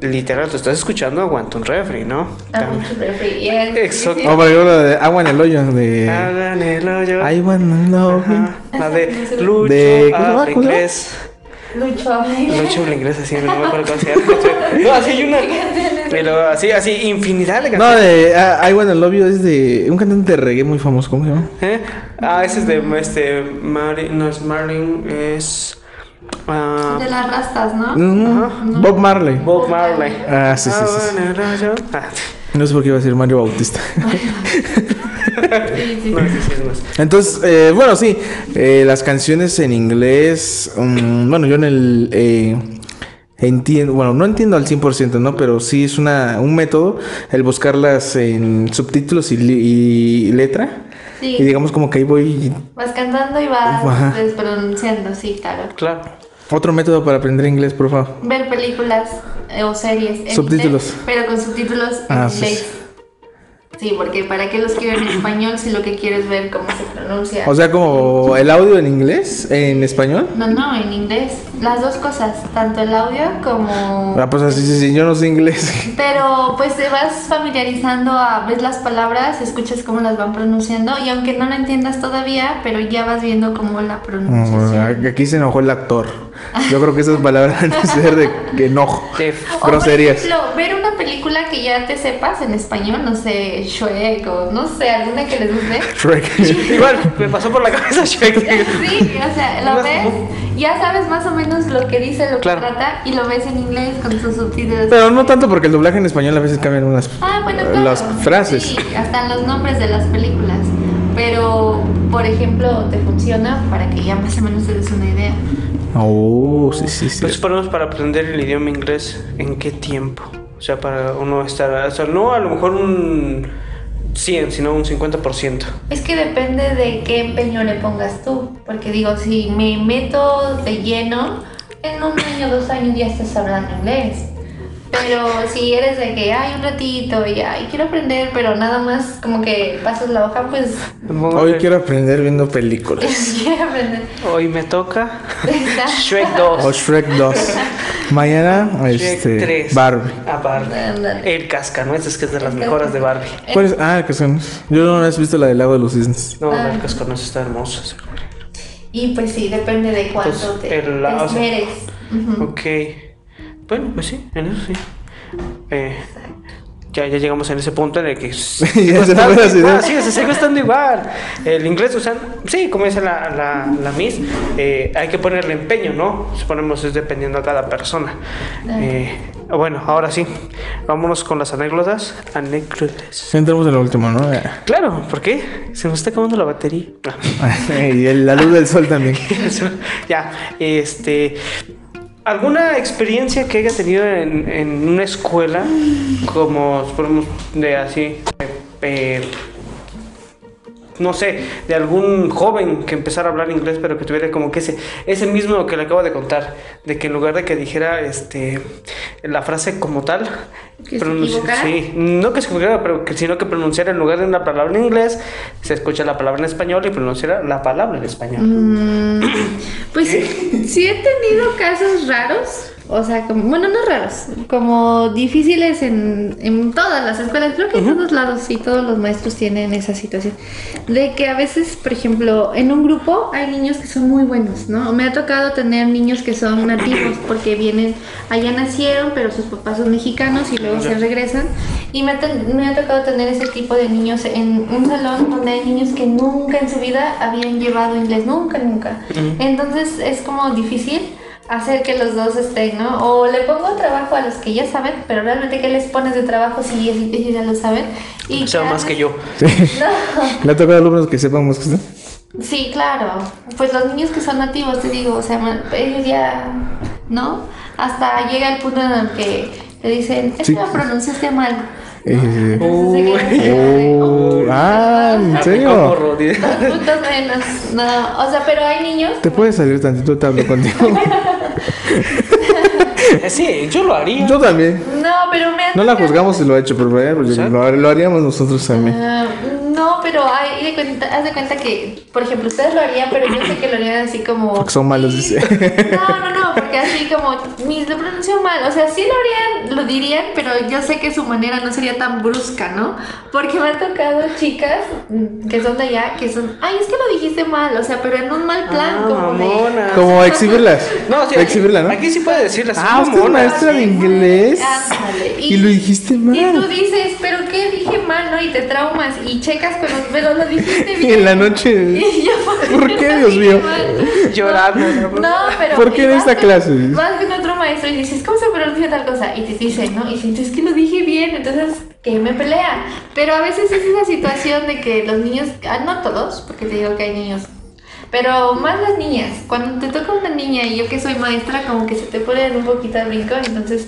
S6: literal, tú estás escuchando aguanta un refri, ¿no?
S7: Ah, mucho refri. Y es-
S6: Exacto.
S7: sí,
S5: O por ejemplo, Oh, la de Agua en el hoyo. De
S6: Hagan el hoyo.
S5: I wanna love you.
S6: Ajá, La de Lucho
S5: De- ¿cómo se llama?
S6: habla
S5: ¿Cómo se llama?
S6: inglés.
S7: Lucho.
S6: Lucho habla inglés así, no me acuerdo cómo se llama. No, así hay una. Pero así, así, infinidad de
S5: No,
S6: canciones.
S5: de ah, I wanna love you es de un cantante de reggae muy famoso. ¿Cómo se llama?
S6: ¿Eh? Ah, ese es de este. Marin, no es Marin, es. ah,
S7: De las rastas, ¿no?
S5: Mm, Bob Marley.
S6: Bob Marley.
S5: Ah, sí, sí, sí, sí.
S6: Hagan el hoyo. Ah,
S5: No sé por qué iba a decir Mario Bautista.
S6: no, sí, sí, es más.
S5: Entonces, eh, bueno, sí, eh, las canciones en inglés, mm, bueno, yo en el... eh, Entiendo, bueno, no entiendo al 100%, ¿no? Pero sí es una, un método el buscarlas en subtítulos y, li- y letra.
S7: Sí.
S5: Y digamos como que ahí voy...
S7: Vas cantando y vas
S5: Ajá.
S7: despronunciando, sí, claro.
S6: Claro.
S5: Otro método para aprender inglés, por favor.
S7: Ver películas eh, o series. en
S5: Subtítulos.
S7: inglés, pero con subtítulos en
S5: Ah, sí,
S7: inglés. Sí, porque ¿para qué los quiero en español si lo que quiero es ver cómo se pronuncia?
S5: O sea, como el audio en inglés, en español.
S7: no, no, en inglés. Las dos cosas, tanto el audio como...
S5: Ah, pues así, sí, sí, yo no sé inglés.
S7: Pero pues te vas familiarizando a ves las palabras, escuchas cómo las van pronunciando y aunque no la entiendas todavía, pero ya vas viendo cómo la pronunciación.
S5: Aquí se enojó el actor. Yo creo que esas palabras van a ser de de enojo.
S6: De-
S7: O,
S5: Groserías.
S7: Por ejemplo, ver una película que ya te sepas en español, no sé, Shrek o no sé, alguna que les guste.
S5: Shrek.
S6: Igual, me pasó por la cabeza Shrek.
S7: Sí, o sea, lo
S6: Unas-
S7: ves, ya sabes más o menos lo que dice, lo
S6: Claro.
S7: que trata y lo ves en inglés con sus subtítulos.
S5: Pero no tanto porque el doblaje en español a veces cambian unas
S7: Ah, bueno, claro.
S5: Eh, las frases.
S7: Sí, hasta los nombres de las películas. Pero, por ejemplo, te funciona para que ya más o menos te des una idea.
S5: Oh, sí, sí, sí.
S6: Nos ponemos para aprender el idioma inglés en qué tiempo. O sea, para uno estar. O sea, no a lo mejor un 100, sino un 50%.
S7: Es que depende de qué empeño le pongas tú. Porque digo, si me meto de lleno, en un año, dos años ya estás hablando inglés. Pero si eres de que, ay, un ratito y ay, quiero aprender, pero nada más como que pasas la hoja, pues
S5: Hoy quiero aprender viendo películas.
S7: quiero aprender.
S6: Hoy me toca
S7: Está-
S6: Shrek 2.
S5: O Oh, Shrek 2. Mañana,
S6: Shrek
S5: este,
S6: 3.
S5: Barbie.
S6: A Barbie.
S7: Ándale.
S6: El cascanueces, que es de las mejoras de Barbie.
S5: ¿Cuál es? Ah, que son. Yo no has visto la del lago de los cisnes.
S6: No,
S7: Ah.
S6: el cascanueces está hermoso.
S7: Y pues sí, depende de cuánto
S6: Pues,
S7: te,
S6: el
S7: te
S6: lazo.
S7: esmeres. Ujú.
S6: Ok. Bueno, pues sí, en eso sí. Eh, ya, ya llegamos en ese punto en el que sigue
S5: Ya se
S6: estando
S5: fue las
S6: igual, Ah,
S5: ideas.
S6: sí, se sigue estando igual. El inglés, o sea, sí, como dice la, la, la Miss, eh, hay que ponerle empeño, ¿no? Suponemos es dependiendo a cada persona. Eh, bueno, ahora sí, vámonos con las anécdotas. Anécdotas.
S5: Sí, entramos en lo último, ¿no?
S6: Claro, ¿por qué? Se nos está acabando la batería. Ah.
S5: y el- la luz del sol también.
S6: ya, este. ¿Alguna experiencia que haya tenido en, en una escuela, como suponemos, de así, eh, no sé, de algún joven que empezara a hablar inglés, pero que tuviera como que ese, ese mismo que le acabo de contar, de que en lugar de que dijera este, la frase como tal,
S7: Que se
S6: pronunci-
S7: equivocara.
S6: sí, no que se equivocara, pero que, sino que pronunciara en lugar de una palabra en inglés, se escucha la palabra en español y pronunciara la palabra en español.
S7: Mm, Pues sí, sí he tenido casos raros, o sea, como, bueno, no raros, como difíciles en, en todas las escuelas, creo que en todos lados sí, todos los maestros tienen esa situación, de que a veces, por ejemplo, en un grupo hay niños que son muy buenos, ¿no? Me ha tocado tener niños que son nativos porque vienen, allá nacieron, pero sus papás son mexicanos y luego se regresan, y me ha, ten- me ha tocado tener ese tipo de niños en un salón donde hay niños que nunca en su vida habían llevado inglés, nunca, nunca. Entonces es como difícil, hacer que los dos estén, ¿no? O le pongo trabajo a los que ya saben, pero realmente ¿qué les pones de trabajo si ellos, ellos ya lo saben? Y
S6: O sea,
S7: ya-
S6: más que yo.
S7: No.
S5: Le ha tocado alumnos que sepan más que usted.
S7: Sí, claro. Pues los niños que son nativos, te digo, o sea, ma- ellos ya, ¿no? Hasta llega el punto en el que le dicen, es
S5: Sí.
S7: que lo pronunciaste mal.
S5: Eh,
S7: Entonces, se quedan así como de,
S5: oh, ah, ¿en
S6: Aplicó
S5: serio?
S6: porro, dice.
S7: Dos puntos menos. No, o sea, pero hay niños.
S5: ¿Te puedes salir tantito? Te hablo contigo.
S6: Sí, yo lo haría.
S5: Yo también.
S7: No, pero me han
S5: No la
S7: tocado-
S5: juzgamos si lo ha hecho, pero eh,
S6: ¿Sí?
S5: lo, lo haríamos nosotros también.
S7: Ah, no, pero hay, de cuenta, haz de cuenta que, por ejemplo, ustedes lo harían, pero yo sé que lo harían así como.
S5: Porque son malos, dice.
S7: No, no, no, porque así como, mis lo pronuncio mal. O sea, sí lo harían, lo dirían, pero yo sé que su manera no sería tan brusca, ¿no? Porque me han tocado chicas mm, que son de allá, que son, ay, es que lo dijiste mal, o sea, pero en un mal plan,
S6: Ah,
S7: como de-
S6: mamona.
S5: Como exhibirlas.
S6: No, sí,
S5: exhibirla, ¿no?
S6: Aquí sí puede decirlas.
S5: Ah, usted es maestra de inglés.
S7: Ándale.
S5: Y lo dijiste
S7: Y tú
S5: mal.
S7: dices, pero qué dije mal, ¿no? Y te traumas y checas con los pero lo dijiste bien.
S5: Y en la noche.
S7: Y yo,
S5: ¿Por qué,
S7: lo
S5: Dios
S7: dije
S5: mío?
S7: mal?
S6: Llorando.
S7: No, pero.
S5: ¿Por qué en
S7: vas
S5: esta
S7: con-
S5: clase?
S7: Vas con otro maestro y dices, ¿cómo se pronuncia tal cosa? Y te dice, ¿no? Y sientes que lo dije bien, entonces, que me pelea? Pero a veces es esa situación de que los niños, ah, no todos, porque te digo que hay niños. Pero más las niñas, cuando te toca una niña y yo que soy maestra, como que se te ponen un poquito al brinco, entonces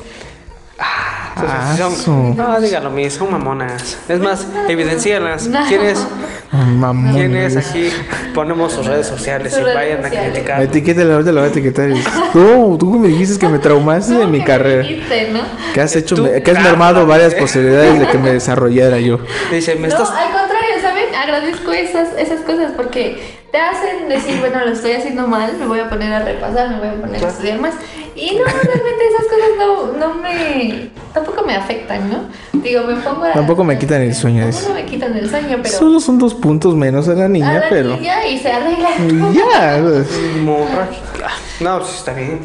S6: Entonces, son-
S5: Aso.
S6: no, dígalo, mi, son mamonas. Es más, evidencialas.
S7: No.
S6: ¿Quién es?
S5: Ah, Mamón.
S6: ¿Quién es aquí? Ponemos sus redes sociales y
S7: Sus redes
S6: vayan a
S7: sociales.
S6: criticar.
S5: Etiquétala, ahorita la voy a etiquetar. y- No, tú me dijiste que me traumaste de
S7: No,
S5: mi
S7: que
S5: carrera.
S7: dijiste, ¿no?
S5: Que has hecho,
S6: Tú-
S5: que has mermado
S6: Cállate.
S5: varias posibilidades de que me desarrollara yo.
S6: Dice, me
S7: No,
S6: estás.
S7: al contrario, ¿saben? Agradezco esas, esas cosas porque te hacen decir, bueno, lo estoy haciendo mal, me voy a poner a repasar, me voy a poner a estudiar más. Y no, realmente esas cosas no, no me. tampoco me afectan, ¿no? Digo, me pongo a.
S5: Tampoco me quitan el sueño, dice.
S7: Tampoco me quitan el sueño, pero.
S5: Solo son dos puntos menos a la
S7: a
S5: niña,
S7: la
S5: pero.
S7: niña y se arregla.
S5: Ya. pues.
S6: hemorrágica. No, pues, sí, está bien.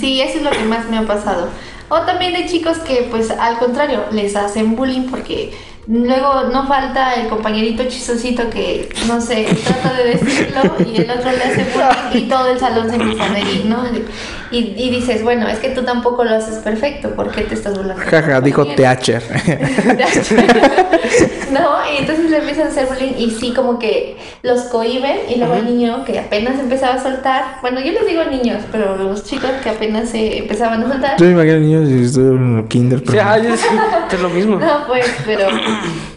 S7: Sí, eso es lo que más me ha pasado. O también de chicos que, pues, al contrario, les hacen bullying porque luego no falta el compañerito chisosito que, no sé, trata de decirlo y el otro le hace bullying y todo el salón se empieza a reír, ¿no? Y, y dices, bueno, es que tú tampoco lo haces perfecto, ¿por qué te estás burlando? de tu
S5: Jaja, dijo
S7: compañero?
S5: Teacher.
S7: no, y entonces le empiezan a hacer bullying y sí, como que los cohiben y luego el niño que apenas empezaba a soltar, bueno, yo les digo niños, pero los chicos que apenas se empezaban a soltar,
S5: Yo me imagino niños y estoy en el kinder,
S6: Sí,
S5: pero.
S6: ay, es, es lo mismo.
S7: no, pues, pero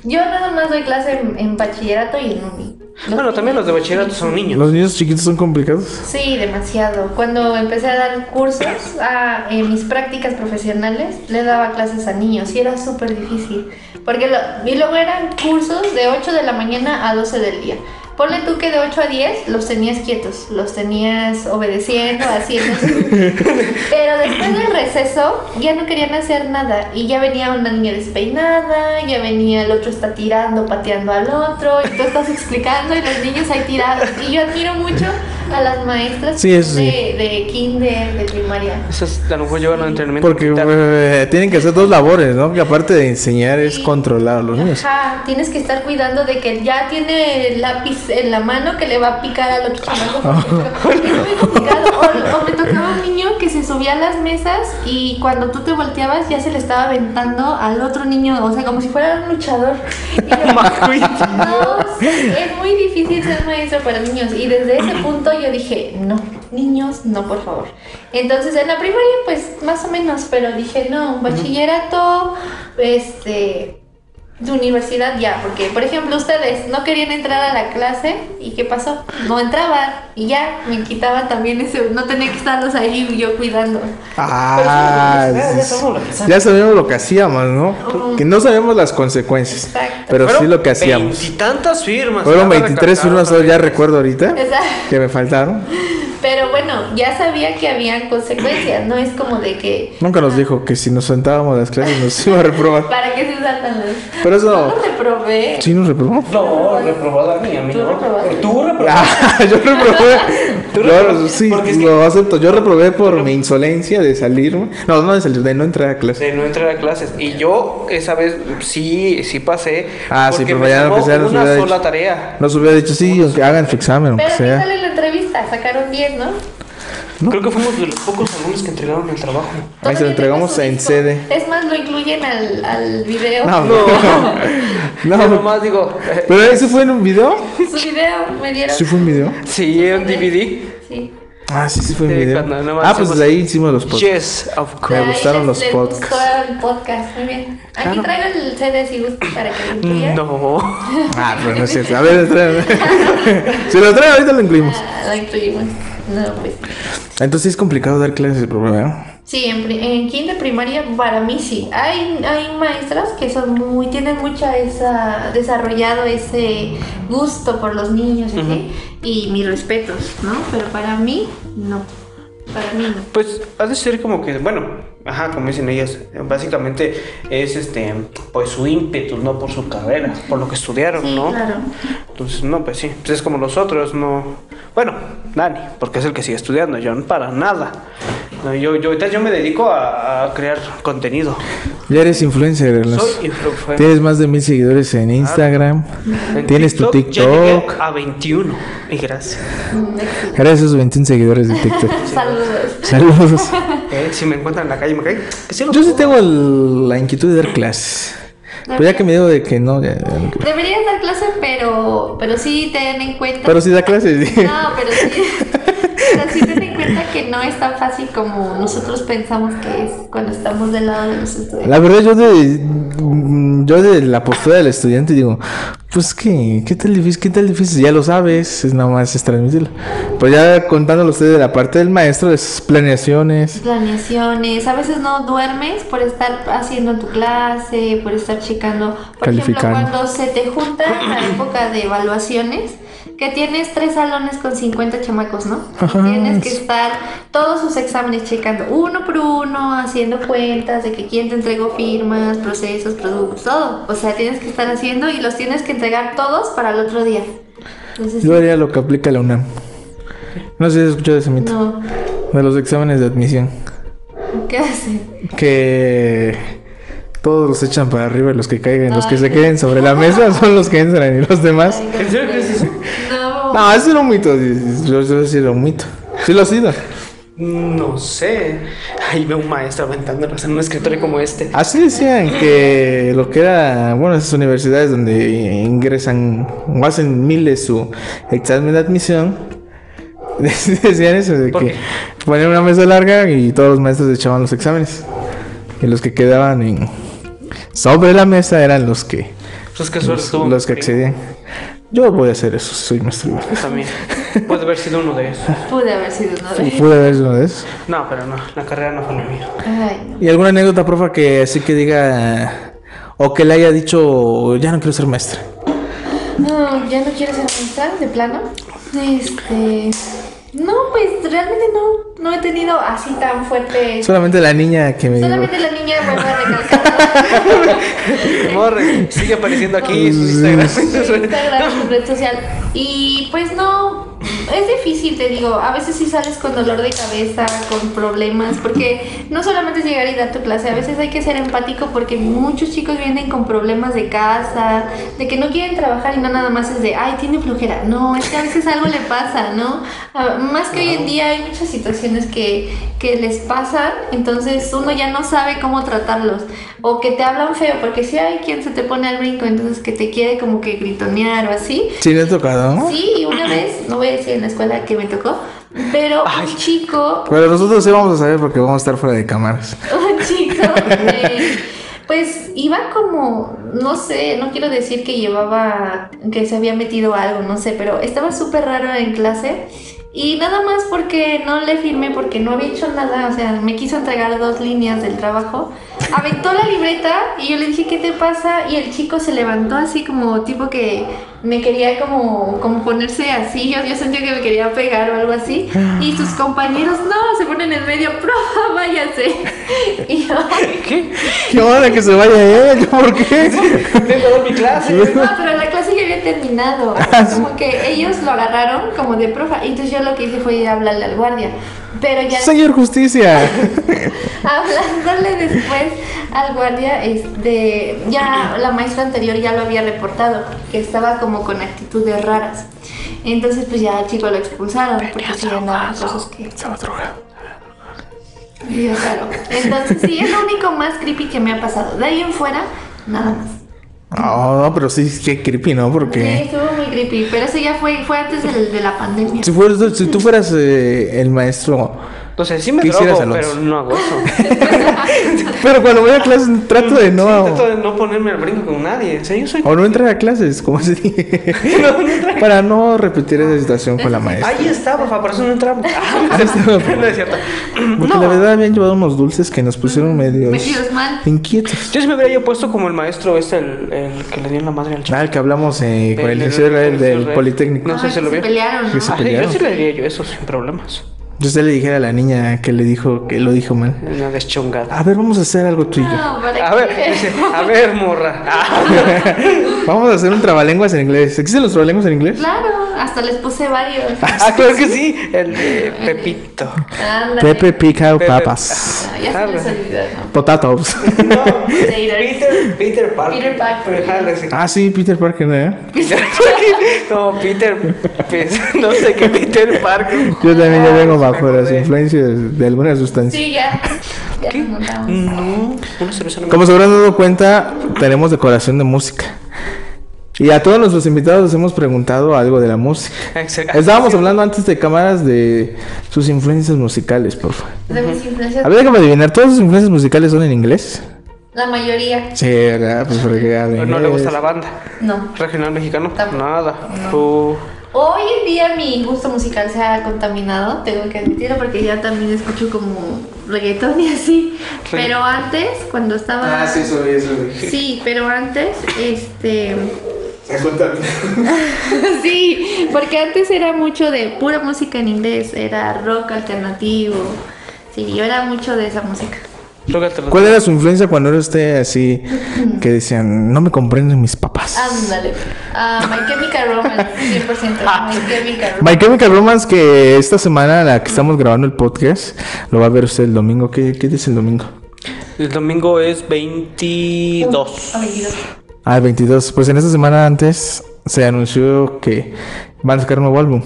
S7: yo nada más doy clase en, en bachillerato y en uni. Los
S6: Bueno, también los de bachillerato son niños.
S5: Los niños chiquitos son complicados.
S7: Sí, demasiado. Cuando empecé a dar cursos, a, en mis prácticas profesionales, le daba clases a niños y era súper difícil. Porque lo, y luego eran cursos de 8 de la mañana a 12 del día. Ponle tú que de 8 a 10 los tenías quietos, los tenías obedeciendo, haciendo. Pero después del receso ya no querían hacer nada. Y ya venía una niña despeinada, ya venía el otro está tirando, pateando al otro, y tú estás explicando y los niños ahí tirados. Y yo admiro mucho a las maestras
S5: Sí, eso sí.
S7: de, de kinder, de primaria.
S6: Eso es, a lo mejor llevan al entrenamiento.
S5: Porque
S6: militar.
S5: eh, tienen que hacer dos labores, ¿no? Que aparte de enseñar es controlar a los niños.
S7: Ajá, tienes que estar cuidando de que ya tiene el lápiz en la mano que le va a picar al otro chamaco. Es muy complicado. O, o me tocaba un niño que se subía a las mesas y cuando tú te volteabas ya se le estaba aventando al otro niño, o sea, como si fuera un luchador. Y yo- no, sí, es muy difícil ser maestro para niños y desde ese punto yo dije, no, niños, no, por favor. Entonces en la primaria pues más o menos, pero dije, no, bachillerato, este, de universidad ya, porque por ejemplo ustedes no querían entrar a la clase y ¿qué pasó? No entraban y ya me quitaban también ese, no tenía que estarlos ahí yo cuidando.
S5: Ah,
S6: Ya
S5: sí.
S6: sabemos lo que hacemos.
S5: ya sabemos lo que hacíamos, ¿no? Que no sabemos las consecuencias,
S7: Exacto.
S5: pero sí
S6: Fueron
S5: lo que hacíamos.
S6: Veintitantas firmas.
S5: Fueron
S6: Nada
S5: 23
S6: recalcado,
S5: firmas, hoy ya
S6: también.
S5: recuerdo ahorita
S7: Esa-
S5: que me faltaron.
S7: Pero bueno, ya sabía que habían consecuencias, no es como de que
S5: Nunca nos dijo que si nos sentábamos a las clases nos iba a reprobar.
S7: para qué se saltan los...
S5: Pero
S7: No
S5: eso,
S7: los reprobé.
S5: ¿sí nos reprobó?
S6: No, reprobada a mí, a mí
S7: Tú
S6: no.
S7: reprobaste.
S6: Tú reprobaste.
S5: Ah, yo reprobé.
S6: Tú
S5: Yo,
S6: reprobaste,
S5: sí,
S6: porque es que-
S5: lo acepto. Yo reprobé por mi insolencia de salir. No, no de salir, de no entrar a clase.
S6: De no entrar a clases. Y yo esa vez sí, sí pasé.
S5: Ah, sí,
S6: porque
S5: pero
S6: me
S5: ya no
S6: tomó
S5: empezaron, se
S6: una
S5: hubiera
S6: sola
S5: dicho.
S6: tarea.
S5: Nos hubiera dicho, sí, aunque hagan su examen, aunque
S7: Pero ¿qué
S5: sea.
S7: tal en la entrevista? Sacaron 10, ¿no?
S5: ¿no?
S6: Creo que fuimos de los pocos alumnos que entregaron el trabajo.
S5: Ahí se lo
S7: Todavía
S5: entregamos
S7: tengo su
S5: en
S7: disco.
S5: sede.
S7: Es más, lo incluyen al, al video.
S5: No, no.
S6: Yo nomás digo, eh,
S5: ¿Pero eso fue en un video?
S7: Su video me dieron.
S5: ¿Sí fue un video?
S6: sí, era un DVD.
S7: Sí.
S5: Ah, sí, sí fue un
S6: Sí,
S5: video.
S6: cuando nomás
S5: Ah, pues
S6: hacemos-
S5: de ahí hicimos los podcasts.
S6: Yes, of
S5: Me
S6: course.
S7: Ahí
S5: gustaron
S7: les-
S5: los
S7: les
S5: podcasts.
S7: gustó el podcast, muy bien. Aquí traigo el CD si gusta para que lo incluyan.
S6: Mm, No.
S5: Ah, pero no es cierto. A ver, tráeme. si lo traen, ahorita lo incluimos.
S7: Ah, lo incluimos. No, pues.
S5: Entonces es complicado dar clases de problema.
S7: Sí, en, pri- en quinto de primaria para mí sí. Hay, hay maestras que son muy, tienen mucha esa, desarrollado ese gusto por los niños y así, y mis respetos, ¿no? Pero para mí no. Para mí no.
S6: Pues ha de ser como que, bueno, ajá, como dicen ellas, eh, básicamente es este, pues su ímpetu, no por su carrera, por lo que estudiaron,
S7: Sí,
S6: ¿no?
S7: claro.
S6: Entonces, no, pues sí, pues es como los otros, no. Bueno, Dani, porque es el que sigue estudiando, yo no para nada. No, yo, yo, ahorita yo me dedico a, a crear contenido.
S5: Ya eres influencer. Ernesto.
S6: Soy influencer.
S5: Tienes más de mil seguidores en Instagram.
S6: En
S5: Tienes tu
S6: ya llegué
S5: TikTok.
S6: a 21. Y gracias.
S7: Mm, excelente.
S5: Gracias a esos 21 seguidores de TikTok.
S7: Saludos.
S5: Saludos.
S6: Eh, si me encuentran en la calle, me caen. Que sí, los-
S5: Yo sí tengo el- la inquietud de dar clases. Pero ya que me digo de que no. ya- ya no creo.
S7: Deberías dar clase, pero, pero sí ten en cuenta.
S5: pero sí da clases. sí.
S7: No, pero sí. o sea, sí ten en cuenta que no es tan fácil como nosotros pensamos que es cuando estamos del lado de los estudiantes.
S5: La verdad, yo de, mm, yo de la postura del estudiante digo, pues que, ¿qué tal difícil? ¿Qué tal difícil? Ya lo sabes, es nada más es transmitirlo. Pues ya contándolo ustedes de la parte del maestro, de sus planeaciones.
S7: planeaciones, a veces no duermes por estar haciendo tu clase, por estar checando, por ejemplo,
S5: Calificando.
S7: cuando se te junta la época de evaluaciones, que tienes tres salones con 50 chamacos, ¿no? Y
S5: Ajá.
S7: tienes que estar todos sus exámenes checando uno por uno, haciendo cuentas de que quién te entregó firmas, procesos, productos, todo. O sea, tienes que estar haciendo y los tienes que entregar todos para el otro día. Entonces,
S5: Yo haría lo que aplica la UNAM. No sé si has escuchado ese mito.
S7: no,
S5: De los exámenes de admisión.
S7: ¿qué haces?
S5: Que todos los echan para arriba y los que caigan, los que
S7: Ay,
S5: se
S7: no.
S5: queden sobre la mesa son los que entran y los demás.
S6: ¿En serio crees eso?
S7: No.
S5: No, eso era un mito. Yo, yo sí era un mito. Sí lo has sido.
S6: No sé. Ahí veo un maestro aventándonos en un escritorio como este.
S5: Así decían que lo que era, bueno, esas universidades donde ingresan o hacen miles su examen de admisión, decían eso, de
S6: ¿Por
S5: que
S6: qué?
S5: ponían una mesa larga y todos los maestros echaban los exámenes. Y los que quedaban en- sobre la mesa eran los que,
S6: Pues qué suerte tuvo.
S5: los que
S6: mi
S5: accedían. Yo voy a hacer eso, soy maestro.
S6: primo También. Puede haber sido uno de esos.
S7: Pude haber sido una vez.
S5: Pude haber sido uno de esos.
S6: No, pero no. La carrera no fue la mía.
S7: Ay, no.
S5: ¿Y alguna anécdota, profa, que así que diga o que le haya dicho, ya no quiero ser maestra?
S7: No, ya no quiero ser maestra, de plano. Este. No, pues realmente no, no he tenido así tan fuerte.
S5: Solamente la niña que me dijo.
S7: Solamente la niña vuelvo a recalcar.
S6: Morre, sigue apareciendo aquí en su
S7: su
S6: Instagram.
S7: Instagram, su red social. Y pues no, es difícil, te digo. A veces sí sales con dolor de cabeza, con problemas, porque no solamente es llegar y dar tu clase, a veces hay que ser empático porque muchos chicos vienen con problemas de casa, de que no quieren trabajar y no nada más es de, ay, tiene flojera. No, es que a veces algo le pasa, ¿no? A- Más que hoy en día hay muchas situaciones que, que les pasan, entonces uno ya no sabe cómo tratarlos. O que te hablan feo, porque si hay quien se te pone al brinco, entonces que te quiere como que gritonear o así.
S5: Sí, le ha tocado, ¿no?
S7: Sí, y una vez, no voy a decir en la escuela que me tocó, pero un chico,
S5: Pero nosotros sí vamos a saber porque vamos a estar fuera de cámaras.
S7: un chico, eh, pues iba como, no sé, no quiero decir que llevaba, que se había metido algo, no sé, pero estaba súper raro en clase. Y nada más porque no le firmé, porque no había hecho nada, o sea, me quiso entregar dos líneas del trabajo. Aventó la libreta y yo le dije, ¿qué te pasa? Y el chico se levantó así como tipo que me quería como, como ponerse así, yo, yo sentía que me quería pegar o algo así. Y sus compañeros, no, se ponen en medio, profa, váyase. Y yo,
S5: ¿Qué onda que se vaya ella? ¿Por qué?
S6: Vengo a dar mi clase.
S7: No, pero la clase ya había terminado. Como que ellos lo agarraron como de profa. Y entonces yo lo que hice fue ir a hablarle al guardia. Pero ya
S5: Señor Justicia.
S7: hablándole después al guardia, este, ya la maestra anterior ya lo había reportado, que estaba como con actitudes raras. Entonces, pues ya al chico lo expulsaron porque sí andaba con cosas que. Y yo, claro. Entonces, sí, es lo único más creepy que me ha pasado. De ahí en fuera, nada más.
S5: No, pero sí, qué creepy, ¿no?
S7: Sí,
S5: Porque
S7: estuvo muy creepy, pero eso ya fue, fue antes del- de la pandemia.
S5: si, fueras, si tú fueras eh, el maestro,
S6: Entonces sí me
S5: ¿Qué hicieras,
S6: drogo,
S5: Alonso?
S6: pero no hago eso.
S5: pero cuando voy a clases trato de no...
S6: Sí, trato de no ponerme al brinco con nadie. O sea, yo soy...
S5: O no entrar a clases, como se dice.
S6: No, no entra-
S5: Para no repetir esa situación con la maestra.
S6: Ahí está, por favor, por eso no entramos. Ah,
S5: Ahí está, por favor.
S6: no es cierto.
S5: Porque
S6: No.
S5: la verdad habían llevado unos dulces que nos pusieron medios,
S7: Metidos mal.
S5: inquietos.
S6: Yo sí me hubiera yo puesto como el maestro es el, el que le dio la madre al chico.
S5: Ah, el que hablamos eh, con el
S6: El-
S5: liceo
S6: el-
S5: del,
S6: el-
S5: del
S6: el-
S5: Politécnico.
S6: No sé si
S7: Ay,
S6: lo
S7: se
S6: vio.
S7: pelearon, ¿no?
S5: Que se
S6: Ah, yo sí
S5: pelearon.
S6: le diría yo eso sin problemas.
S5: Yo usted le dijera a la niña que le dijo que lo dijo mal.
S6: Una deschongada.
S5: A ver, vamos a hacer algo tú y yo.
S7: No, ¿para
S6: A ver,
S7: qué?
S6: dice, a ver, morra. Ah.
S5: Vamos a hacer un trabalenguas en inglés. ¿Existen los trabalenguas en inglés?
S7: Claro, hasta les puse varios.
S6: Ah, claro que sí, el de Pepito.
S7: Ándale.
S5: Pepe pica
S6: Pepe-
S5: papas.
S7: No, Ah, ya se les olvidó, ¿no?
S5: Potatoes.
S6: No,
S7: Peter.
S6: Peter, Peter Parker.
S7: Peter Parker.
S6: Ah, le-
S5: ah, sí, Peter Parker, ¿eh?
S6: Peter Parker. No, Peter. pues, No sé qué Peter Parker.
S5: Yo también ya vengo
S6: Ah, me
S5: bajo las
S6: acordé.
S5: influencias de alguna sustancia.
S7: Sí, ya. Ya
S6: ¿Qué?
S7: nos notamos.
S5: Mm.
S6: No, una cerveza no me-
S5: Como se habrán dado cuenta, tenemos decoración de música. Y a todos nuestros invitados les hemos preguntado algo de la música.
S6: Exacto.
S5: Estábamos hablando antes de cámaras de sus influencias musicales, por favor.
S7: De mis influencias,
S5: A ver, déjame adivinar, ¿todas sus influencias musicales son en inglés?
S7: la mayoría
S5: Sí, ¿verdad? Pues fregada de
S6: Pero No le gusta
S5: inglés.
S6: la banda.
S7: no.
S6: Regional mexicano.
S7: Tampoco.
S6: Nada.
S7: No.
S6: Uh,
S7: Hoy en día mi gusto musical se ha contaminado, tengo que admitirlo, porque ya también escucho como reggaetón y así. Pero antes, cuando estaba.
S5: Ah, sí, eso, eso.
S7: Sí, pero antes, este.
S5: Se contamina.
S7: Sí, porque antes era mucho de pura música en inglés, era rock alternativo. Sí, yo era mucho de esa música.
S6: tócatelo.
S5: ¿Cuál era su influencia cuando era usted así que decían, no me comprenden mis papás?
S7: Ándale. Ah, My Chemical Romance,
S6: Ah.
S7: 100%. My Chemical
S5: My
S7: Romance.
S5: Chemical Romance, que esta semana, la que estamos grabando el podcast, lo va a ver usted el domingo. ¿Qué, qué dice el domingo?
S6: El domingo es 22.
S5: Ah,
S7: Ah, 22.
S5: el 22. Pues en esta semana antes se anunció que van a sacar un nuevo álbum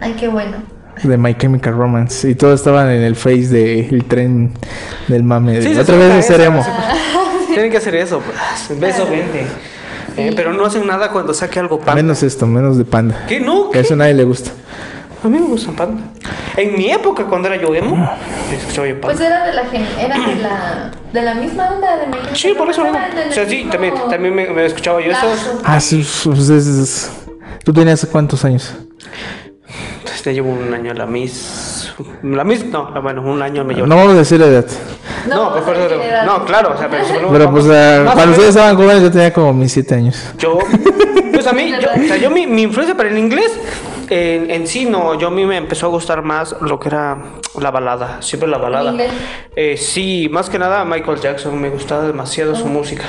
S7: Ay, qué bueno.
S5: de My Chemical Romance. Y todos estaban en el face del tren del mame. de,
S6: Sí, se
S5: Otra
S6: suelta
S5: vez
S6: esa,
S5: seremos.
S6: Tienen que hacer eso. pues. Beso, vende. Eh, pero no hacen nada cuando saque algo panda.
S5: Menos esto, menos de panda.
S6: ¿Qué? No,
S5: Que
S6: ¿qué?
S5: eso a nadie le gusta.
S6: A mí me gustan panda. En mi época, cuando era yo emo, escuchaba yo
S7: Pues
S6: panda.
S7: era de la gen- era de la, de la misma onda de My Chemical
S6: Sí, por eso. ¿no?
S7: Romance, del
S6: O sea, sí,
S7: mismo
S6: también, también me, me escuchaba yo eso.
S7: lazo.
S5: Ah, sí, pues es- es- ¿Tú tenías cuántos años?
S6: Entonces, ya llevo un año a la Miss. La Miss, no, bueno, un año me llevo.
S5: No vamos a decir la edad.
S6: No, pues, por eso digo, no, claro, o sea, pero, supongo-
S5: Pero pues ah,
S6: Más o
S5: cuando
S6: menos,
S5: ustedes estaban jóvenes yo tenía como mis 7 años.
S6: Yo, pues a mí, yo, o sea, yo mi, mi influencia para el inglés en, en sí no, yo a mí me empezó a gustar más lo que era la balada, siempre la balada.
S7: inglés?
S6: Eh, sí, más que nada Michael Jackson, me gustaba demasiado su música.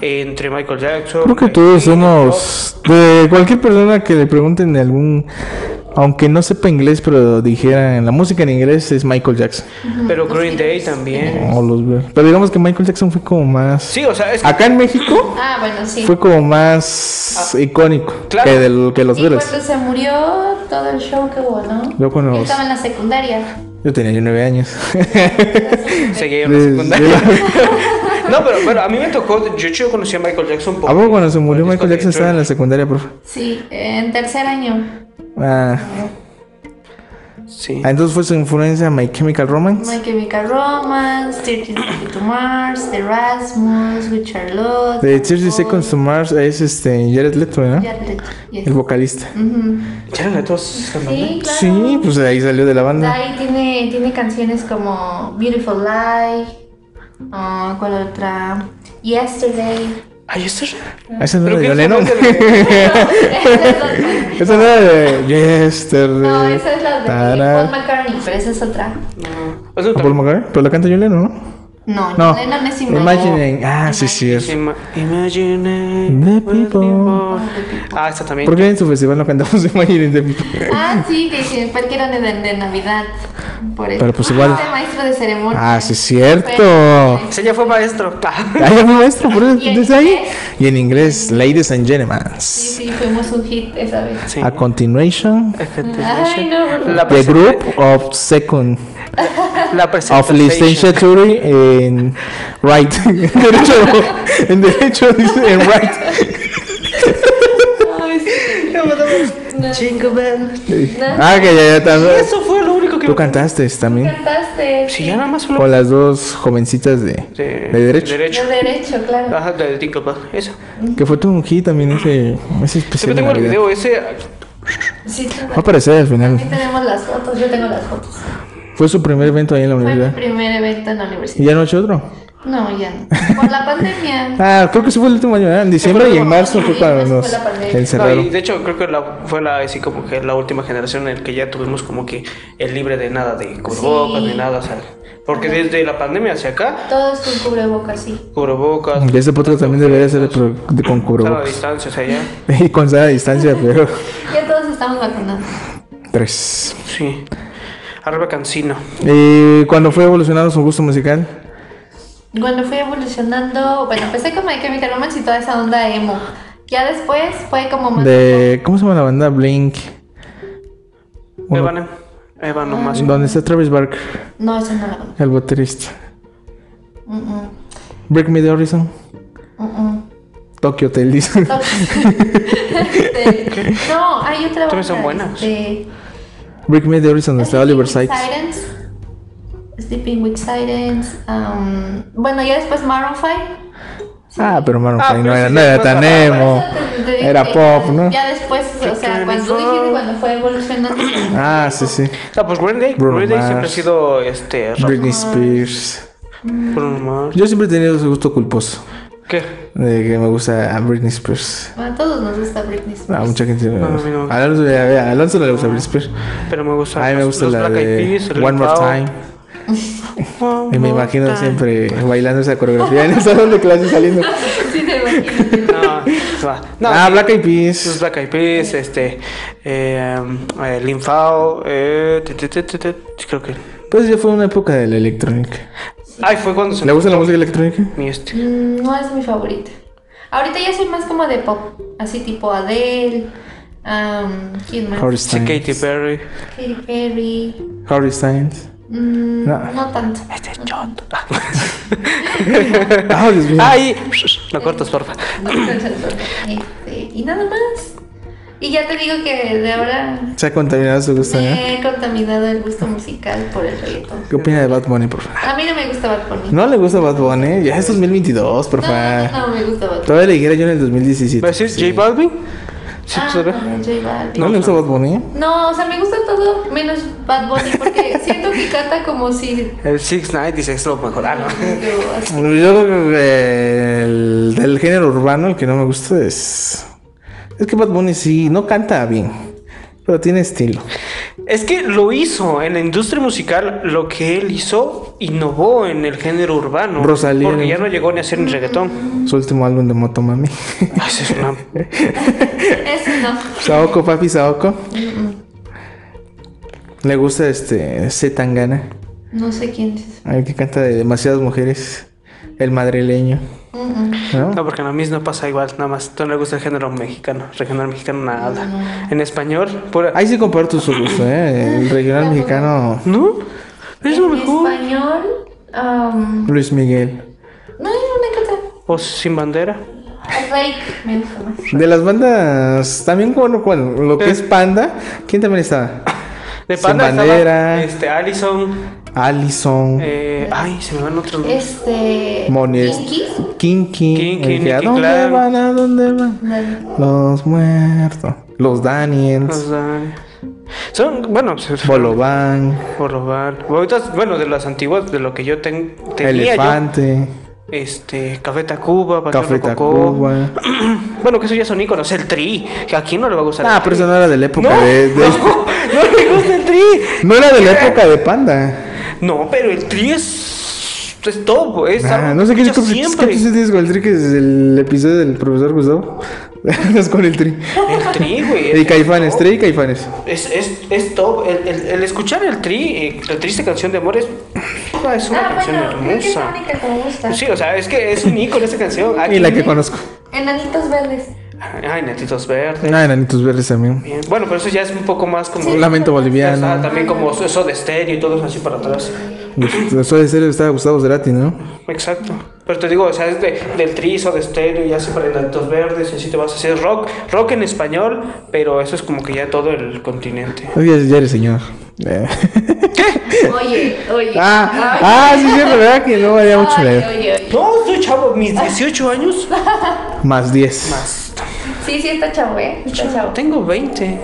S6: Eh, entre Michael Jackson.
S5: Creo que
S6: eh,
S5: todos
S6: y-
S5: somos de cualquier persona que le pregunten de algún aunque no sepa inglés, pero dijera la música en inglés es Michael Jackson.
S6: Pero Green Day también.
S5: O los Beatles. Pero digamos que Michael Jackson fue como más
S6: Sí, o sea, es que-
S5: acá en México
S7: Ah, bueno, sí.
S5: fue como más icónico
S6: claro.
S5: que del- que los
S7: Y cuando
S5: Beatles.
S7: se murió todo el show que hubo, ¿no?
S5: Yo cuando-
S7: Yo estaba en la secundaria.
S5: Yo tenía yo 9 años.
S6: seguí en la
S5: Desde-
S6: secundaria. No, pero bueno, a mí me tocó, yo, yo conocí a Michael Jackson por-
S5: ¿A poco cuando se
S6: por el
S5: murió
S6: disco
S5: Michael
S6: de
S5: Jackson estaba en la
S6: Detroit.
S5: secundaria, profe?
S7: Sí, en tercer año.
S5: Ah,
S6: Sí.
S5: ah, entonces fue su influencia My Chemical Romance.
S7: My Chemical Romance, 13 Seconds to Mars, Erasmus, Good Charlotte.
S5: De 30 Seconds to Mars es este Jared Leto, ¿no?
S7: Ya te- yes.
S5: El vocalista.
S7: Ujú.
S6: Ya eran todos.
S7: Sí, claro.
S5: Sí, pues de ahí salió de la
S7: De
S5: banda.
S7: ahí tiene, tiene canciones como Beautiful Lie, ah, ¿cuál otra? Yesterday.
S6: Ay, eso es-
S5: Ah, Esa no era
S6: ¿Pero
S5: de
S6: qué
S5: John Lennon. Esa no era de Yesterday.
S7: no, esa es la de Paul
S5: Tarara.
S7: McCartney, pero esa es otra.
S6: O sea,
S5: ¿A Paul McCartney? Pero la canta John Lennon, ¿no?
S7: No,
S5: No.
S7: Lennon es
S5: Imagine. Ah, sí, sí. Es.
S6: Ima- Imagine
S5: The
S6: what you
S5: people.
S6: want. Ah, esta también.
S5: ¿Por qué en su festival no cantamos Imagine the People?
S7: Ah, sí, que, que- porque eran de, de Navidad. por eso.
S5: Pero pues igual-
S7: Ah, maestro de ceremonia.
S5: Ah, sí, es cierto.
S6: Si ella fue maestro.
S5: Ah, ya fue maestro, por eso,
S7: Y en
S5: desde ahí.
S7: inglés.
S5: Y en inglés, Ladies and Gentlemen.
S7: Sí, sí, fuimos un hit esa vez.
S6: Sí.
S5: A continuation,
S7: Ay, no. pues,
S6: La
S5: the
S6: presen-
S5: group of second
S6: La
S5: of
S6: presentación.
S5: licenciature in right. en derecho, en derecho dice en right.
S7: Ay, sí. No.
S6: Jingle bell.
S5: Ah, que ya, ya también.
S6: Eso fue lo único que
S5: Tú cantaste también
S7: Cantaste.
S6: Sí, ya nada más solo.
S5: con las dos jovencitas de, de derecho.
S7: De derecho, claro.
S6: Ajá, de Jingle Bell. Eso.
S5: Que fue tu hit también ese, ese
S6: Yo
S7: pues
S5: especial. de
S6: tengo el
S5: Navidad.
S6: video ese.
S7: Sí, tú-
S5: Va a aparecer al
S7: Aquí
S5: final.
S7: tenemos las fotos, yo tengo las fotos.
S5: Fue su primer evento ahí en la
S7: Fue mi
S5: universidad.
S7: primer evento en la
S5: ¿Y
S7: universidad.
S5: ya no ha hecho otro?
S7: No, ya no. Por la pandemia.
S5: Ah, creo que sí fue el último año, ¿eh? En diciembre y en marzo fue
S7: Sí,
S5: cuando
S7: en marzo
S5: nos
S7: fue la pandemia.
S6: No,
S5: encerraron.
S6: y de hecho creo que la- fue la así como que la última generación en la que ya tuvimos como que el libre de nada de cubrebocas
S7: Sí.
S6: ni nada, o sea, porque desde la pandemia hacia acá
S7: Todos con cubrebocas, sí.
S6: cubrebocas,
S5: Y este podcast también debería ser pro- de- con
S6: estaba a
S5: cubrebocas.
S6: distancia, o sea, ya.
S5: Y con sana distancia, pero
S7: Ya todos estamos vacunados.
S5: tres.
S6: Sí. Arriba Cancino.
S5: ¿Y cuando fue evolucionando su gusto musical?
S7: Cuando fui evolucionando, bueno, empecé con My Chemical Romance y toda esa onda emo. Ya después fue como más...
S5: De, ¿cómo se llama la banda? Blink. Uno-
S6: Evan, Evan nomás.
S5: donde está Travis Barker,
S7: No, esa no la conozco.
S5: el baterista.
S7: Mm, mm,
S5: Break Me The Horizon.
S7: mm, mm.
S5: Tokyo Hotel, dice.
S7: Este, no, hay otra
S6: Todas son
S7: banda,
S6: buenas.
S7: este,
S5: Break Me The Horizon, donde está
S7: Sleeping
S5: Oliver
S7: with
S5: Sykes.
S7: Sirens. Sleeping with Sirens. um, bueno, ya después Maroon 5.
S5: Ah, pero Maroon
S6: Ah,
S5: 5 no
S6: pero
S5: era,
S6: sí,
S5: no era
S6: fue
S5: tan
S6: para-
S5: emo.
S7: Te- te dije
S5: Era
S7: que
S5: pop, ¿no?
S7: Ya después, o sea, cuando dijiste cuando fue evolucionando.
S5: Ah, sí, sí.
S6: Ah, pues Green Day,
S5: Bruno
S6: Green Day siempre ha
S5: Mars.
S6: sido este rock.
S5: Britney Spears.
S6: Bruno Mars.
S5: Yo siempre he tenido ese gusto culposo.
S6: ¿Qué?
S5: De que me gusta a Britney Spears.
S7: A todos nos gusta Britney
S5: A
S7: Spears.
S5: mucha gente me
S6: No, a mí no.
S5: A Alonso, ya ve, a Alonso no le gusta Britney Spears.
S6: Pero me gusta.
S5: A mí me
S6: los-
S5: gusta
S6: los
S5: la
S6: Black Eyed
S5: de
S6: Peas, el
S5: One More
S6: Pau.
S5: Time. Em-
S6: One
S5: Y me
S6: More
S5: imagino
S6: Time.
S5: siempre bailando esa coreografía en el salón de clases saliendo.
S7: Sí, te imagino.
S6: No, va. no,
S5: ah, Black Eyed
S6: Los
S5: Peas.
S6: Black Eyed Peas, este, eh, um, eh, Lin Fao, eh, te, te, te, te, te, creo que.
S5: Pues ya fue una época de la electrónica.
S6: Ay, fue cuando se
S5: ¿Le gusta la música electrónica?
S6: mi este.
S7: Mm, No es mi favorita. Ahorita ya soy más como de pop. Así tipo Adele. um, ¿Quién más?
S5: Harry
S6: Sí, Katy
S5: Styles.
S6: Perry.
S7: Katy Perry.
S5: Harry Styles.
S7: mm,
S5: No.
S7: no. tanto.
S6: Este es John.
S5: Ah, Dios mío.
S6: Ay, no cortas, porfa.
S7: Este, y nada más. Y ya te digo que de ahora
S5: Se ha contaminado su gusto, ¿eh?
S7: me he contaminado el gusto musical por el reggaetón.
S5: ¿Qué opina de Bad Bunny, por favor?
S7: A mí no me gusta Bad Bunny.
S5: No le gusta Bad Bunny. Ya es 2022, por
S7: No, no,
S5: favor.
S7: no, me gusta Bad Bunny.
S5: Todavía le dijera yo en el 2017.
S6: ¿Va a decir Pues J Balvin? Sí, pues,
S7: Ah,
S6: todavía.
S7: J Balvin.
S5: pues, ¿No le gusta Bad Bunny?
S7: No, o sea, me gusta todo menos Bad Bunny porque siento que canta como si.
S6: El Six Night dice es lo mejor. Ah, no.
S5: Yo creo que el del género urbano, el que no me gusta es. Es que Bad Bunny sí, no canta bien, pero tiene estilo.
S6: Es que lo hizo en la industria musical, lo que él hizo, innovó en el género urbano.
S5: Rosalía.
S6: Porque ya no llegó ni a hacer ni reggaetón.
S5: Su último álbum de Moto Mami.
S6: Ay, eso es una.
S7: Eso no.
S5: Saoko, papi, Saoko. Le gusta este C. Tangana,
S7: No sé quién es.
S5: el que canta de demasiadas mujeres. El madrileño.
S7: Mm, mm.
S5: ¿no?
S6: No, porque a mí no pasa igual, nada más. No le gusta el género mexicano. El género mexicano, nada. En español, pura.
S5: Ahí sí comparto su gusto, ¿eh? El regional mexicano
S6: ¿No? Es lo
S7: En
S6: mejor.
S7: español. am,
S5: Luis Miguel.
S7: no, yo no me encanta.
S6: O sin bandera.
S7: Rake me gusta más.
S5: De las bandas, también bueno, bueno, lo
S6: Eh.
S5: que es Panda, ¿quién también estaba?
S6: De
S5: Sin
S6: panda estaba,
S5: bandera.
S6: Este, Allison.
S5: Allison,
S6: eh, ay, se me van otros nombres.
S7: Este.
S5: Monies,
S7: Kinky.
S5: Kinky,
S6: Kinky,
S5: el que, ¿a
S6: Nicky
S5: dónde
S6: Clan.
S5: van? ¿A dónde van?
S7: Dale.
S5: Los muertos, los
S6: Los
S5: Daniels,
S6: Dan- Son, bueno, se-
S5: Bolovan,
S6: Bolovan. Ahorita, bueno, de las antiguas, de lo que yo ten- tenía. yo,
S5: Elefante,
S6: este, Café Tacuba, Vaquero
S5: Café
S6: Rococó.
S5: Tacuba.
S6: Bueno, que eso ya son íconos. El Tri. Que ¿A quién no le va a gustar?
S5: Ah,
S6: el
S5: pero
S6: Tri?
S5: eso no era de la época
S6: No,
S5: de, de-
S6: no, no me gusta el Tri.
S5: no era de la época de Panda.
S6: No, pero el tri es. Es top, es.
S5: Ah,
S6: algo
S5: no sé
S6: que
S5: qué
S6: escuchas
S5: tú- qué tú
S6: siempre.
S5: tienes con el trick es el episodio del profesor Gustavo. es con el tri.
S6: El tri, güey.
S5: Y Caifanes, tri y Caifanes.
S6: Es, es, es top. El, el- el escuchar el tri, eh, la triste canción de amor, es, es una
S7: Ah,
S6: canción
S7: bueno, creo que es la
S6: hermosa.
S7: única que me gusta.
S6: Sí, o sea, es que es un ícono esa canción.
S5: Y la que conozco.
S7: Enanitos verdes.
S6: Ay, Netitos Verdes.
S5: Ah, enanitos verdes también.
S6: Bien. Bueno, pero eso ya es un poco más como.
S5: Un Lamento
S6: Ah,
S5: boliviano.
S6: también como eso de estéreo y todo eso así para atrás.
S5: Soy de serio, estaba Gustavo Cerati, ¿no?
S6: Exacto. Pero te digo, o sea, es de, del trizo, de estéreo, y así para Netitos Verdes, y así te vas a hacer rock. Rock en español, pero eso es como que ya todo el continente.
S5: Ay, Ya, ya eres señor. Eh.
S7: Oye, oye.
S5: Ah,
S7: Ay.
S5: ah, sí, sí, es verdad que no valía mucho la
S7: Oye,
S5: edad.
S7: oye, oye.
S6: No, soy chavo, mis 18 años.
S5: Más 10.
S6: Más.
S7: Sí, sí, está chavo, ¿eh? Está chavo.
S6: Tengo 20.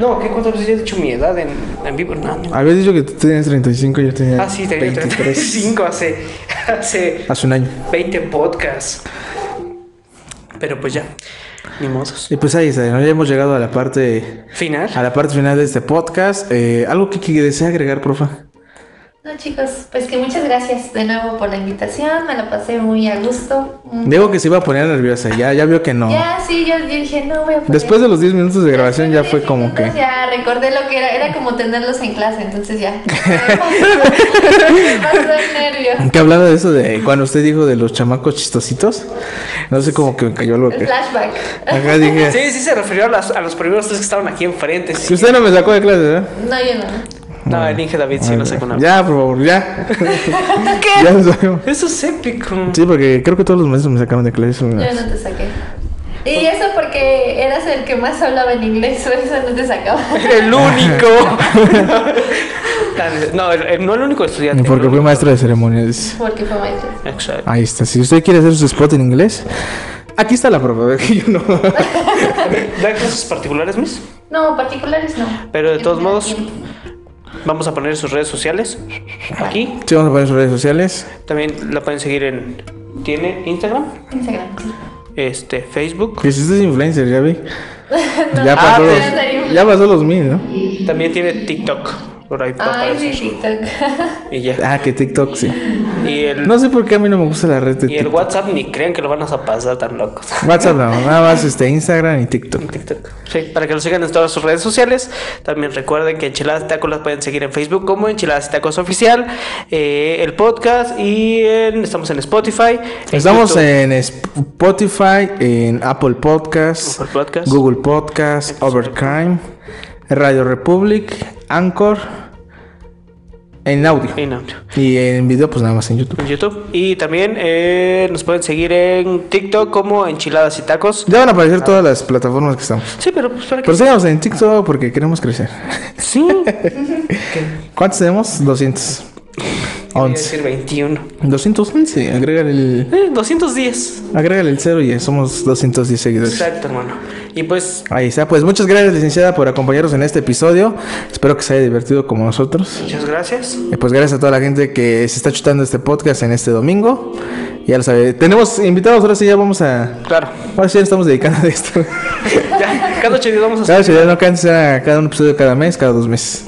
S6: No, ¿qué cuántas veces ya he dicho mi edad en, en vivo? No, no.
S5: Habías dicho que tú tenías 35 y yo tenía
S6: Ah, sí, tenía 35 hace, hace
S5: Hace un año.
S6: 20 podcasts. Pero pues ya, ni modos.
S5: Y pues ahí está, ¿no? ya hemos llegado a la parte
S6: Final.
S5: a la parte final de este podcast. Eh, ¿Algo que, que desea agregar, profa?
S7: No, chicos, pues que muchas gracias de nuevo por la invitación. Me la pasé muy a gusto. Mm.
S5: Digo que se iba a poner nerviosa, ya, ya vio que no.
S7: Ya, sí, yo, yo dije, no voy a poner-
S5: Después de los 10 minutos de grabación ya
S7: Después de
S5: fue
S7: diez
S5: como
S7: minutos
S5: que...
S7: Ya, recordé lo que era. Era como tenerlos en clase, entonces ya. Me pasó el nervio.
S5: Que hablando de eso de cuando usted dijo de los chamacos chistositos, no sé cómo que me cayó algo
S7: El
S5: que...
S7: flashback.
S5: Acá dije...
S6: Sí, sí se refirió a, las- a los primeros tres que estaban aquí enfrente. sí.
S5: Que usted no me sacó de clase, ¿verdad?
S7: No, yo no.
S6: No, el Inge David sí lo sacó una
S5: Ya, por favor, ya.
S6: ¿Qué?
S5: Ya lo sabemos.
S6: Eso es épico.
S5: Sí, porque creo que todos los maestros me sacaron de clase.
S7: Yo no te saqué. Y eso porque eras el que más hablaba en inglés, por eso no te sacaba.
S6: El único. Tal- no, el- el- no el único estudiante.
S5: Y Porque
S6: el
S5: fui
S6: único.
S5: maestro de ceremonias.
S7: Porque fue maestro.
S6: Exacto.
S5: Ahí está. Si usted quiere hacer su spot en inglés, aquí está la prueba. que yo no.
S6: ¿Da clases particulares, Miss?
S7: No, particulares no.
S6: Pero de todos
S7: No me da
S6: modos,
S7: tiempo.
S6: Vamos a poner sus redes sociales aquí.
S5: Sí, vamos a poner sus redes sociales.
S6: También la pueden seguir en. ¿Tiene Instagram?
S7: Instagram, sí.
S6: Este, Facebook.
S5: Que si usted es influencer, ya vi.
S7: No,
S5: Ya
S7: no,
S5: pasó,
S6: Ah,
S7: no,
S5: los,
S7: no soy influencer.
S5: ya pasó los mil, ¿no?
S6: También tiene TikTok. Por ahí
S7: Ay, sí,
S6: aparece.
S7: TikTok.
S6: Y ya.
S5: Ah, que TikTok, sí.
S6: Y el,
S5: No sé por qué a mí no me gusta la red de
S6: y el
S5: TikTok.
S6: WhatsApp ni crean que lo van a pasar tan locos.
S5: WhatsApp, no, nada más este, Instagram y TikTok.
S6: TikTok. Sí, para que lo sigan en todas sus redes sociales. También recuerden que Enchiladas y Tacos las pueden seguir en Facebook como Enchiladas y Tacos Oficial, eh, el podcast y en- estamos en Spotify. en
S5: Estamos
S6: YouTube,
S5: en Spotify, en Apple Podcasts,
S6: Google Podcast.
S5: Google Podcasts, Overcrime, Radio Republic, Anchor, en audio.
S6: en audio,
S5: Y en video, pues nada más en YouTube.
S6: en YouTube. Y también eh, nos pueden seguir en TikTok como Enchiladas y Tacos.
S5: Ya van a aparecer todas las plataformas que estamos.
S6: Sí, pero pues para que...
S5: Pero sigamos en TikTok porque queremos crecer.
S6: Sí.
S5: ¿Cuántos tenemos? 200.
S6: Voy a
S5: 11.
S6: decir 21.
S5: 211. Agrégale el,
S6: Eh, 210.
S5: agrégale el 0 y ya somos 210 seguidores.
S6: Exacto, hermano. Y pues
S5: Ahí está. Pues muchas gracias, licenciada, por acompañarnos en este episodio. Espero que se haya divertido como nosotros.
S6: muchas gracias.
S5: Y pues gracias a toda la gente que se está chutando este podcast en este domingo. Ya lo sabe. Tenemos invitados, ahora sí ya vamos a...
S6: Claro.
S5: Ahora sí ya estamos dedicando a esto.
S6: Ya, cada ocho días vamos a
S5: Claro, si ya no cansa cada un episodio cada mes, cada dos meses.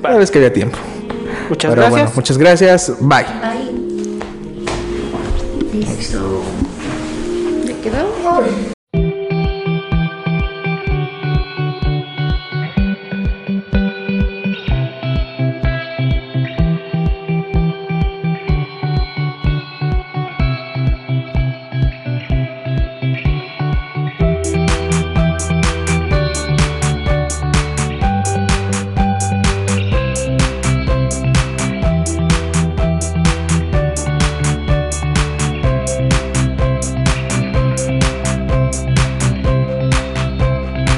S5: Cada vez que había tiempo.
S6: Muchas
S5: Pero
S6: gracias.
S5: bueno, muchas gracias. Bye.
S7: Ay. Listo. ¿Me quedó?